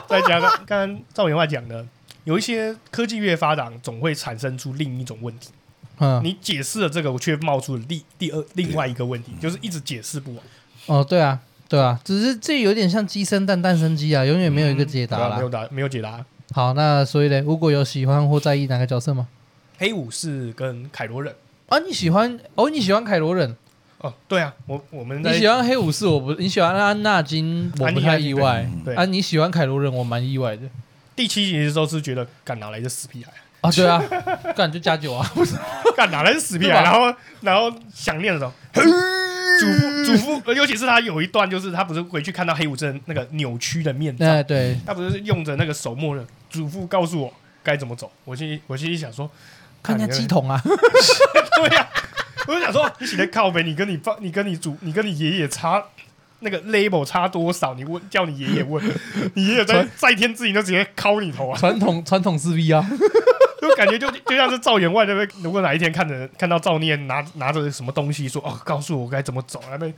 [SPEAKER 2] 再加上刚刚赵员外讲的，有一些科技越发达，总会产生出另一种问题。
[SPEAKER 1] 嗯，
[SPEAKER 2] 你解释了这个，我却冒出了第第二另外一个问题，就是一直解释不完。
[SPEAKER 1] 哦，对啊，对啊，只是这有点像鸡生蛋，蛋生鸡啊，永远没有一个解答
[SPEAKER 2] 对啊
[SPEAKER 1] 啦
[SPEAKER 2] 没有。答，没有解答。
[SPEAKER 1] 好，那所以呢，如果有喜欢或在意哪个角色吗？
[SPEAKER 2] 黑武士跟凯罗人，
[SPEAKER 1] 啊，你喜欢哦，你喜欢凯罗人，
[SPEAKER 2] 哦，对啊，我我们在
[SPEAKER 1] 你喜欢黑武士，我不，你喜欢安纳金，我不太意外。
[SPEAKER 2] 对
[SPEAKER 1] 啊，你喜欢凯罗人，我蛮意外的。
[SPEAKER 2] 第七集的时候是觉得，干哪来的死屁孩，
[SPEAKER 1] 啊，对啊，干就加九啊，
[SPEAKER 2] 干哪来的死屁孩，
[SPEAKER 1] 对吧
[SPEAKER 2] 然后然后想念 的时候。祖父，祖父，呃尤其是他有一段，就是他不是回去看到黑武士的那个扭曲的面罩，
[SPEAKER 1] 哎，对，
[SPEAKER 2] 他不是用着那个手摸着，祖父告诉我该怎么走。我心里我心里想说，
[SPEAKER 1] 看人家鸡桶啊，
[SPEAKER 2] 对呀、我就想说，你写的靠北，你跟你爸，你跟你祖，你跟你爷爷差那个 label 差多少？你问叫你爷爷问，你爷爷在在天之灵就直接敲你头啊！
[SPEAKER 1] 传统 传统四 V 啊，
[SPEAKER 2] 就感觉就就像是赵员外那边，如果哪一天看着看到赵念拿拿着什么东西说哦，告诉我该怎么走，那边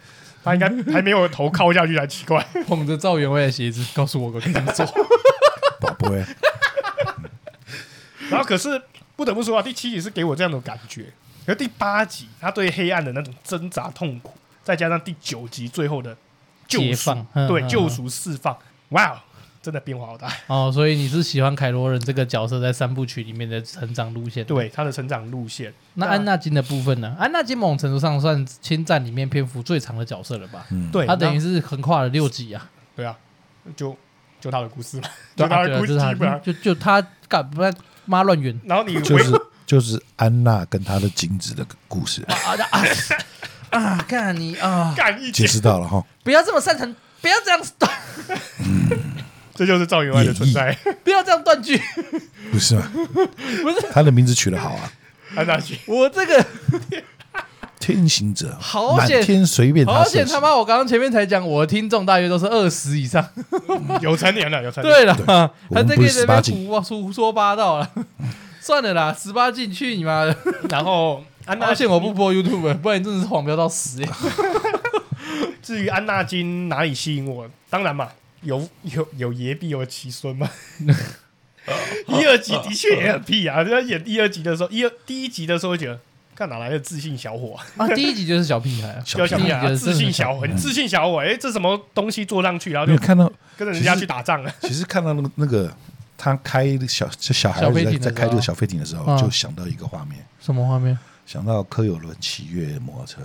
[SPEAKER 2] 他应该还没有头敲下去才奇怪。
[SPEAKER 1] 捧着赵员外的鞋子，告诉我我该怎么做。
[SPEAKER 3] 宝贝，
[SPEAKER 2] 然后可是不得不说啊，第七集是给我这样的感觉，而第八集他对黑暗的那种挣扎痛苦，再加上第九集最后的救
[SPEAKER 1] 解
[SPEAKER 2] 赎
[SPEAKER 1] 放，嗯
[SPEAKER 2] 对
[SPEAKER 1] 嗯
[SPEAKER 2] 救赎释放，哇哦，真的变 化好大。
[SPEAKER 1] 哦，所以你是喜欢凯罗人这个角色在三部曲里面的成长路线。，
[SPEAKER 2] 对他的成长路线，
[SPEAKER 1] 那安娜金的部分呢？安娜金某种程度上算侵占里面篇幅最长的角色了吧？
[SPEAKER 3] 嗯，，
[SPEAKER 2] 对
[SPEAKER 1] 她等于
[SPEAKER 2] 那
[SPEAKER 1] 是横跨了六集啊，
[SPEAKER 2] 对啊，就就他的故事嘛，就他
[SPEAKER 1] 啊
[SPEAKER 2] 的
[SPEAKER 1] 对啊
[SPEAKER 2] 故
[SPEAKER 1] 就
[SPEAKER 2] 事
[SPEAKER 1] 是她
[SPEAKER 2] 基本上。
[SPEAKER 1] 就就她干不然妈乱圆
[SPEAKER 2] 然后你
[SPEAKER 3] 就
[SPEAKER 2] 唯
[SPEAKER 3] 是就是安娜跟她的精子的故事，
[SPEAKER 1] 啊啊啊！啊，看你啊，
[SPEAKER 2] 干一
[SPEAKER 3] 解
[SPEAKER 2] 节，
[SPEAKER 3] 释到了哈。
[SPEAKER 1] 不要这么擅长，不要这样，
[SPEAKER 2] 这就是赵员外的存在。
[SPEAKER 1] 不要这样断句。
[SPEAKER 3] 不是 吗？不是，他的名字取得好啊，
[SPEAKER 2] 安娜姐，
[SPEAKER 1] 我这个
[SPEAKER 3] 天行者，
[SPEAKER 1] 好
[SPEAKER 3] 满
[SPEAKER 1] 险
[SPEAKER 3] 天随便
[SPEAKER 1] 好
[SPEAKER 3] 他射
[SPEAKER 1] 险他
[SPEAKER 3] 手。
[SPEAKER 1] 妈！我刚刚前面才讲，我的听众大约都是二十以上。
[SPEAKER 2] 有成年了，有成年了。
[SPEAKER 1] 对了，
[SPEAKER 3] 我
[SPEAKER 1] 他
[SPEAKER 3] 们
[SPEAKER 1] 这
[SPEAKER 3] 不
[SPEAKER 1] 个
[SPEAKER 3] 是
[SPEAKER 1] 人
[SPEAKER 3] 18
[SPEAKER 1] 在
[SPEAKER 3] 禁
[SPEAKER 1] 胡啊胡说八道了。算了啦，十八禁去你妈的！
[SPEAKER 2] 然后安娜
[SPEAKER 1] 而
[SPEAKER 2] 金
[SPEAKER 1] 且我不播 YouTube，不然你真的是黄标到死、欸。
[SPEAKER 2] 至于安纳金哪里吸引我，当然嘛，有 有有爷必有其孙嘛。
[SPEAKER 1] 哦
[SPEAKER 2] 一二集的确也很屁啊！就演第二集的时候，一二第一集的时候会觉得，看哪来的自信小伙、啊，
[SPEAKER 1] 啊，第一集就是小屁孩、啊，
[SPEAKER 3] 小嗯
[SPEAKER 2] 小
[SPEAKER 1] 屁
[SPEAKER 2] 屁
[SPEAKER 1] 孩
[SPEAKER 2] 啊，自信小伙，自信小伙，哎、这什么东西坐上去，然后
[SPEAKER 3] 没有
[SPEAKER 2] 就
[SPEAKER 3] 看到，
[SPEAKER 2] 跟着人家去打仗了。啊
[SPEAKER 3] 其实看到那个那个他开小这小孩
[SPEAKER 1] 小飞
[SPEAKER 3] 子
[SPEAKER 1] 艇的时
[SPEAKER 3] 在
[SPEAKER 1] 候
[SPEAKER 3] 在开这个小飞艇的时候，
[SPEAKER 1] 嗯
[SPEAKER 3] 就想到一个画面，
[SPEAKER 1] 什么画面？
[SPEAKER 3] 想到柯有伦骑越摩托车，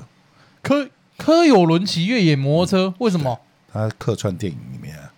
[SPEAKER 1] 柯柯有伦骑越野摩托车，为什么？
[SPEAKER 3] 他客串电影里面啊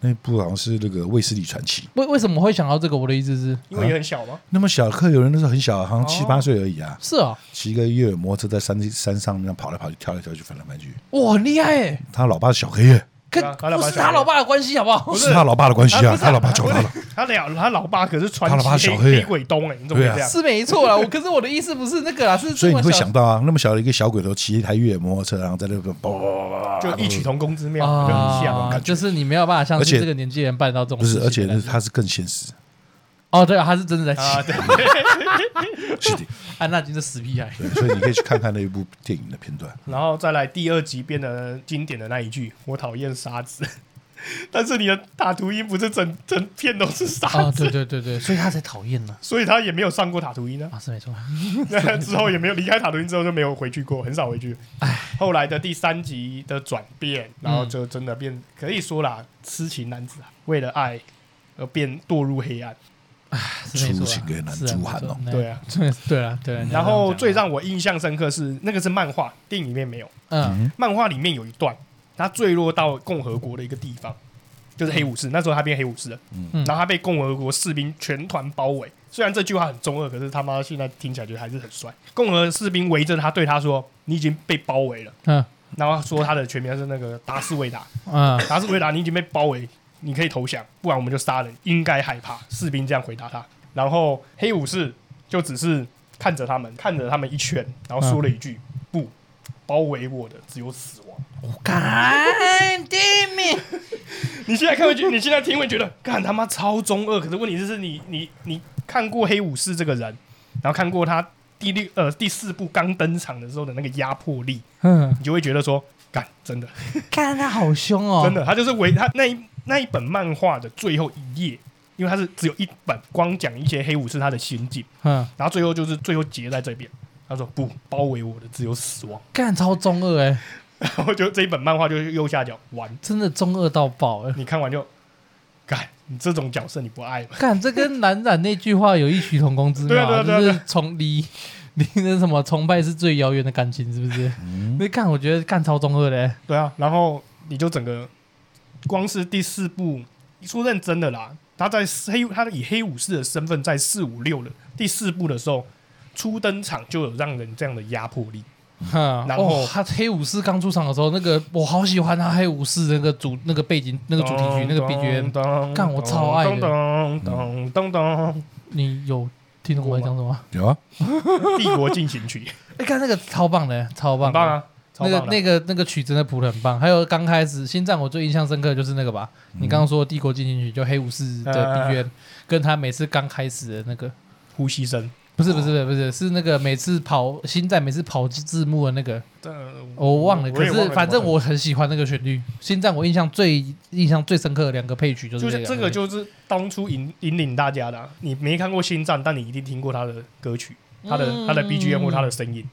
[SPEAKER 3] 那部好像是那个卫斯理传奇。
[SPEAKER 1] 为为什么会想到这个？我的意思是，
[SPEAKER 2] 因为也很小嘛，
[SPEAKER 3] 那么小柯有伦那时候很小，好像七
[SPEAKER 2] 哦
[SPEAKER 3] 八岁而已啊，
[SPEAKER 1] 是啊，
[SPEAKER 3] 骑个越野摩托车在山山上那样跑来跑去，跳来跳去，翻来翻去。
[SPEAKER 1] 哇，很厉害哎、
[SPEAKER 3] 他老爸是小黑耶，
[SPEAKER 1] 跟
[SPEAKER 2] 对啊他老
[SPEAKER 1] 不
[SPEAKER 2] 爸
[SPEAKER 1] 是
[SPEAKER 2] 小
[SPEAKER 1] 他
[SPEAKER 2] 黑
[SPEAKER 1] 老爸的关系好不好？
[SPEAKER 2] 不是
[SPEAKER 3] 是他老爸的关系
[SPEAKER 2] 啊
[SPEAKER 3] 啊，
[SPEAKER 2] 不是啊
[SPEAKER 3] 他老爸救他了。
[SPEAKER 2] 他俩他老爸可是传
[SPEAKER 3] 他老爸
[SPEAKER 2] 奇
[SPEAKER 3] 小
[SPEAKER 2] 黑
[SPEAKER 3] 黑
[SPEAKER 2] 黑鬼东哎、你怎么
[SPEAKER 3] 对
[SPEAKER 2] 会
[SPEAKER 3] 啊
[SPEAKER 2] 这样？
[SPEAKER 1] 是没错啦，我可是我的意思不是那个啦，是
[SPEAKER 3] 所以你会
[SPEAKER 1] 这么
[SPEAKER 3] 想到啊，那么小的一个小鬼头骑一台越野摩托车，然后在那边叭叭叭叭叭叭，
[SPEAKER 2] 就异曲同工之妙，就很像。
[SPEAKER 1] 啊，
[SPEAKER 3] 感觉
[SPEAKER 1] 就是你没有办法像
[SPEAKER 3] 而且
[SPEAKER 1] 这个年纪人办到这种
[SPEAKER 3] 不是，
[SPEAKER 1] 事
[SPEAKER 3] 而
[SPEAKER 1] 情
[SPEAKER 3] 且
[SPEAKER 1] 的感
[SPEAKER 3] 是
[SPEAKER 1] 觉，
[SPEAKER 3] 他是更现实，
[SPEAKER 1] 哦，对啊，他是真的在
[SPEAKER 2] 啊，
[SPEAKER 1] 骑，
[SPEAKER 2] 对，
[SPEAKER 3] 是的，
[SPEAKER 1] 安娜金是死屁孩，
[SPEAKER 3] 对，所以你可以去看看那一部电影的片段。
[SPEAKER 2] 然后再来第二集变得经典的那一句：“我讨厌沙子。” 但是你的塔图音不是整整片都是沙
[SPEAKER 1] 啊，
[SPEAKER 2] 子，
[SPEAKER 1] 对对对对，所以他才讨厌呢，
[SPEAKER 2] 所以他也没有上过塔图音呢、
[SPEAKER 1] 啊，是没错，
[SPEAKER 2] 之后也没有离开塔图音之后就没有回去过，很少回去。后来的第三集的转变，然后就真的变可以说啦，痴情男子啊，为了爱而变堕入黑暗。
[SPEAKER 1] 是没错
[SPEAKER 3] 出行给
[SPEAKER 1] 啊
[SPEAKER 3] 男
[SPEAKER 1] 是啊
[SPEAKER 3] 猪
[SPEAKER 1] 没
[SPEAKER 3] 汉
[SPEAKER 1] 错
[SPEAKER 3] 哦
[SPEAKER 1] 那
[SPEAKER 2] 对啊，
[SPEAKER 1] 对 对啊对啊，你要
[SPEAKER 2] 然后
[SPEAKER 1] 这
[SPEAKER 2] 最
[SPEAKER 1] 样讲
[SPEAKER 2] 让我印象深刻是那个是漫画，电影里面没有。
[SPEAKER 1] 嗯
[SPEAKER 2] 漫画里面有一段，他坠落到共和国的一个地方，就是黑武士。那时候他变黑武士了，
[SPEAKER 1] 嗯
[SPEAKER 2] 然后他被共和国士兵全团包围。虽然这句话很中二，可是他妈现在听起来觉得还是很帅。共和士兵围着他，对他说：“你已经被包围了。
[SPEAKER 1] 嗯”
[SPEAKER 2] 然后说他的全名是那个达斯维达，
[SPEAKER 1] 嗯
[SPEAKER 2] 达斯维达，你已经被包围，你可以投降，不然我们就杀人。应该害怕，士兵这样回答他。然后黑武士就只是看着他们，看着他们一圈，然后说了一句：“不，包围我的只有死亡。
[SPEAKER 1] 嗯 ，God damn it！”
[SPEAKER 2] 你现在看会觉得，你现在听会觉得，干他妈超中二。可是问题就是你，你你看过黑武士这个人，然后看过他第六呃第四部刚登场的时候的那个压迫力，
[SPEAKER 1] 嗯，
[SPEAKER 2] 你就会觉得说，干真的
[SPEAKER 1] 看他好凶哦，
[SPEAKER 2] 真的，他就是唯他那一那一本漫画的最后一页，因为他是只有一本，光讲一些黑武士他的心境，
[SPEAKER 1] 嗯，
[SPEAKER 2] 然后最后就是最后结在这边。他说：“不，包围我的只有死亡。
[SPEAKER 1] 干超中二哎、”
[SPEAKER 2] 然后就这一本漫画就是右下角完，
[SPEAKER 1] 真的中二到爆哎、
[SPEAKER 2] 你看完就，干你这种角色你不爱吗？
[SPEAKER 1] 干这跟蓝染那句话有异曲同工之妙、
[SPEAKER 2] 对啊对啊对啊
[SPEAKER 1] 就
[SPEAKER 2] 对啊
[SPEAKER 1] 是从离离那什么崇拜是最遥远的感情，是不是？那干我觉得干超中二的、欸，
[SPEAKER 2] 对啊，然后你就整个光是第四部，说认真的啦，他在黑他以黑武士的身份在四五六的第四部的时候初登场就有让人这样的压迫力，
[SPEAKER 1] 哼，
[SPEAKER 2] 然后
[SPEAKER 1] 哦、他黑武士刚出场的时候，那个我好喜欢他黑武士那个主那个背景那
[SPEAKER 2] 那
[SPEAKER 1] 个主题曲那个 BGM，
[SPEAKER 2] BGM，
[SPEAKER 1] 干我超爱的嗯
[SPEAKER 2] 咚咚咚咚咚，
[SPEAKER 1] 你有听懂我在讲什么吗？
[SPEAKER 3] 有啊，
[SPEAKER 2] 《帝国进行曲
[SPEAKER 1] 哎、看那个超棒的、超》棒
[SPEAKER 2] 很
[SPEAKER 1] 的
[SPEAKER 2] 棒啊，超
[SPEAKER 1] 那
[SPEAKER 2] 棒的
[SPEAKER 1] 个那个那个曲真的谱的很棒，还有刚开始《星战》，我最印象深刻的就是那个吧，你刚刚说《帝国进行曲》就黑武士的
[SPEAKER 2] 嗯
[SPEAKER 1] BGM，、跟他每次刚开始的那个，
[SPEAKER 2] 呼吸声，
[SPEAKER 1] 不是不是不是不是是那个每次跑《星战》每次跑字幕的那个，
[SPEAKER 2] 呃
[SPEAKER 1] 哦我忘了，
[SPEAKER 2] 我
[SPEAKER 1] 可
[SPEAKER 2] 也忘
[SPEAKER 1] 是
[SPEAKER 2] 了
[SPEAKER 1] 反正我很喜欢那个旋律，《星战》我印象最印象最深刻的两个配曲就是
[SPEAKER 2] 就
[SPEAKER 1] 这
[SPEAKER 2] 是
[SPEAKER 1] 个，
[SPEAKER 2] 这个就是当初引引领大家的啊、你没看过《星战》，但你一定听过他的歌曲，他的、他的 BGM 或他的声音，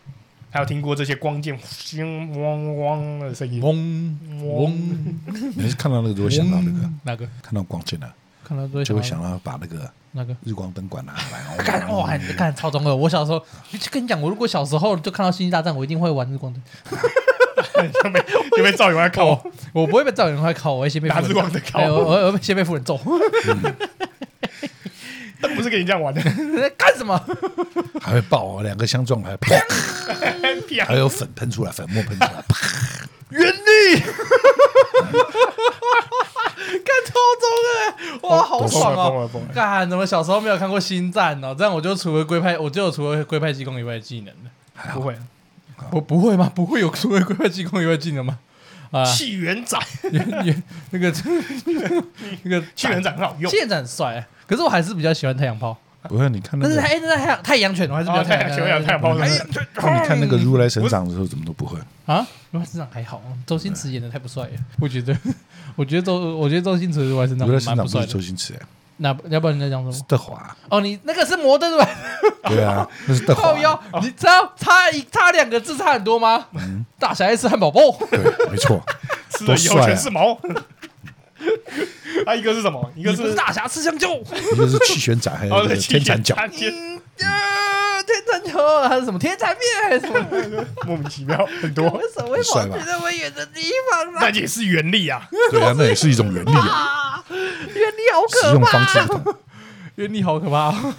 [SPEAKER 2] 还有听过这些光剑星汪汪的声音。
[SPEAKER 1] 嗡嗡
[SPEAKER 3] 每次看到那个都会想到那个，
[SPEAKER 1] 那个，
[SPEAKER 3] 看到光剑啊，
[SPEAKER 1] 看到都会
[SPEAKER 3] 就会
[SPEAKER 1] 想
[SPEAKER 3] 想
[SPEAKER 1] 到
[SPEAKER 3] 到把那个
[SPEAKER 1] 那个。
[SPEAKER 3] 日光灯管拿来。哦
[SPEAKER 1] 干哇，干超中二！我小时候，跟你讲，我如果小时候就看到《星际大战》，我一定会玩日光灯。
[SPEAKER 2] 就被就被赵永安看我，
[SPEAKER 1] 我不会被赵员快靠，我会先被
[SPEAKER 2] 打
[SPEAKER 1] 夫人
[SPEAKER 2] 哦日光
[SPEAKER 1] 揍
[SPEAKER 2] 灯靠
[SPEAKER 1] 哎我我我会先被夫人揍，
[SPEAKER 2] 但不是跟你这样玩的，
[SPEAKER 1] 干什么？
[SPEAKER 3] 还会爆哦，两个相撞还砰，
[SPEAKER 2] 啪
[SPEAKER 3] 还有粉喷出来，粉末喷出来，啪
[SPEAKER 1] 原力，干超中哎，哇，好爽哦
[SPEAKER 2] 疯了疯了疯！了
[SPEAKER 1] 干，怎么小时候没有看过《星战》哦？这样我就除了龟派，我就有除了龟派技工以外的技能了。
[SPEAKER 2] 不会，啊
[SPEAKER 1] 我不会吗？ 不会有除了龟派技工以外的技能吗？啊，
[SPEAKER 2] 气元斩，
[SPEAKER 1] 原原那个那个
[SPEAKER 2] 气元斩很好用，
[SPEAKER 1] 现在很帅欸，可是我还是比较喜欢太阳炮。
[SPEAKER 3] 不是你看那
[SPEAKER 1] 但
[SPEAKER 3] 个
[SPEAKER 1] 是，哎，那太阳太阳拳我还是比较
[SPEAKER 2] 嗯哦太阳拳太阳炮
[SPEAKER 1] 哎
[SPEAKER 2] 是
[SPEAKER 3] 那哦你看那个如来神掌的时候怎么都不会，
[SPEAKER 1] 啊，如来神掌还好，周星驰演的太不帅了，我觉得，我觉得周，我觉得周星驰的如来神掌
[SPEAKER 3] 如来神
[SPEAKER 1] 蛮
[SPEAKER 3] 掌
[SPEAKER 1] 不
[SPEAKER 3] 不
[SPEAKER 1] 帅
[SPEAKER 3] 是周
[SPEAKER 1] 的。
[SPEAKER 3] 星驰，哎
[SPEAKER 1] 那要不然你在讲什
[SPEAKER 3] 是
[SPEAKER 1] 么？
[SPEAKER 3] 德华，啊
[SPEAKER 1] 哦，你那个是摩登 软
[SPEAKER 3] 对啊，那是德华
[SPEAKER 1] 靠，腰，
[SPEAKER 2] 哦
[SPEAKER 1] 你知道差一差两个字差很多吗？
[SPEAKER 3] 嗯
[SPEAKER 1] 大侠爱吃汉堡包，
[SPEAKER 3] 对，没错，
[SPEAKER 2] 吃了以后
[SPEAKER 3] 多帅啊
[SPEAKER 2] 全是毛。他一个是什么？一
[SPEAKER 1] 一
[SPEAKER 2] 个
[SPEAKER 1] 是
[SPEAKER 2] 是
[SPEAKER 1] 大侠吃香蕉，
[SPEAKER 3] 一个是气旋掌，还有
[SPEAKER 2] 哦
[SPEAKER 3] 那，个
[SPEAKER 2] 对，
[SPEAKER 3] 天蚕角，
[SPEAKER 2] 气元
[SPEAKER 1] 嗯，呃天蚕球还是什么天蚕面还是什么？
[SPEAKER 2] 斩莫名其妙很 多
[SPEAKER 1] 为，什么会跑
[SPEAKER 3] 帅
[SPEAKER 1] 去
[SPEAKER 3] 吧
[SPEAKER 1] 那么远的地方
[SPEAKER 2] 那
[SPEAKER 1] 来？
[SPEAKER 2] 也是原力啊。
[SPEAKER 3] 对啊，那也是 一种原理啊，
[SPEAKER 1] 啊，原力好
[SPEAKER 3] 使
[SPEAKER 1] 可
[SPEAKER 3] 用方式
[SPEAKER 1] 怕，
[SPEAKER 3] 不同，
[SPEAKER 1] 原力好可怕哦，